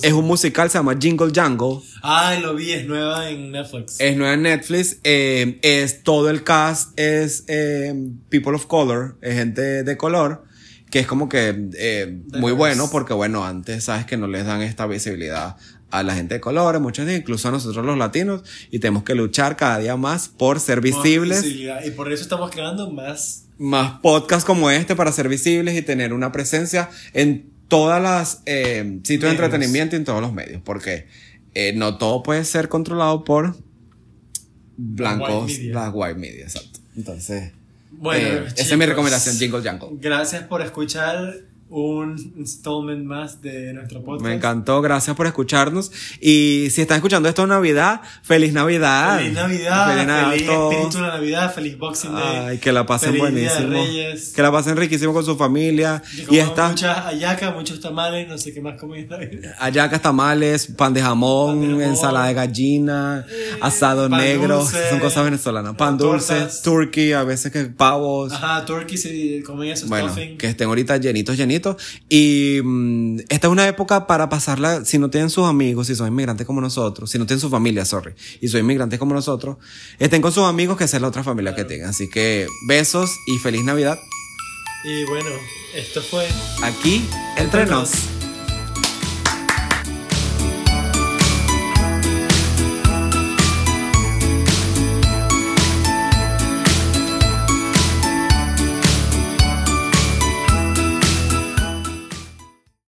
[SPEAKER 3] es un musical, se llama Jingle Jangle.
[SPEAKER 2] Ay, lo vi, es nueva en Netflix.
[SPEAKER 3] Es nueva en Netflix. eh, es todo el cast es eh, people of color, es gente de color, que es como que eh, muy
[SPEAKER 2] Diverse.
[SPEAKER 3] bueno porque bueno antes sabes que no les dan esta visibilidad a la gente de color, muchas incluso a nosotros los latinos y tenemos que luchar cada día más por ser
[SPEAKER 2] Más
[SPEAKER 3] visibles,
[SPEAKER 2] visibilidad. Y por eso estamos creando más.
[SPEAKER 3] más podcasts como este para ser visibles y tener una presencia en todas las eh, sitios de
[SPEAKER 2] Medios.
[SPEAKER 3] entretenimiento y en todos los medios, porque eh, no todo puede ser controlado por blancos,
[SPEAKER 2] white media.
[SPEAKER 3] las white media, exacto. Entonces,
[SPEAKER 2] Bueno,
[SPEAKER 3] eh, esa es mi
[SPEAKER 2] chicos,
[SPEAKER 3] recomendación, Jingle Jangle.
[SPEAKER 2] Gracias por escuchar un installment más de nuestro podcast.
[SPEAKER 3] Me encantó, gracias por escucharnos. Y si están escuchando esto en Navidad, feliz Navidad.
[SPEAKER 2] Feliz Navidad,
[SPEAKER 3] Feliz
[SPEAKER 2] feliz,
[SPEAKER 3] Navidad a todos.
[SPEAKER 2] espíritu de la Navidad, feliz Boxing Day.
[SPEAKER 3] Ay, que la pasen
[SPEAKER 2] Feliz Día de
[SPEAKER 3] buenísimo.
[SPEAKER 2] Reyes.
[SPEAKER 3] Que la pasen riquísimo con su familia.
[SPEAKER 2] Que
[SPEAKER 3] Y
[SPEAKER 2] coman
[SPEAKER 3] esta
[SPEAKER 2] muchas hallacas, muchos tamales, no sé qué más comí en Navidad.
[SPEAKER 3] Hallacas, tamales, pan de jamón,
[SPEAKER 2] Pan de jamón. Mm.
[SPEAKER 3] ensalada de gallina, asado
[SPEAKER 2] pan
[SPEAKER 3] negro,
[SPEAKER 2] dulce,
[SPEAKER 3] son cosas venezolanas. Pan
[SPEAKER 2] tortas.
[SPEAKER 3] dulce, turkey, a veces que pavos.
[SPEAKER 2] Ajá, turkey se comen eso,
[SPEAKER 3] Bueno,
[SPEAKER 2] stuffing.
[SPEAKER 3] que estén ahorita llenitos, llenitos. Y mm, esta es una época para pasarla, si no tienen sus amigos, si son inmigrantes como nosotros, si no tienen su familia, sorry, y son inmigrantes como nosotros, estén con sus amigos, que esa es la otra familia que tengan. Así que besos y feliz Navidad.
[SPEAKER 2] Y bueno, esto fue
[SPEAKER 3] Aquí, entre
[SPEAKER 2] Entre
[SPEAKER 3] nos.
[SPEAKER 2] nos.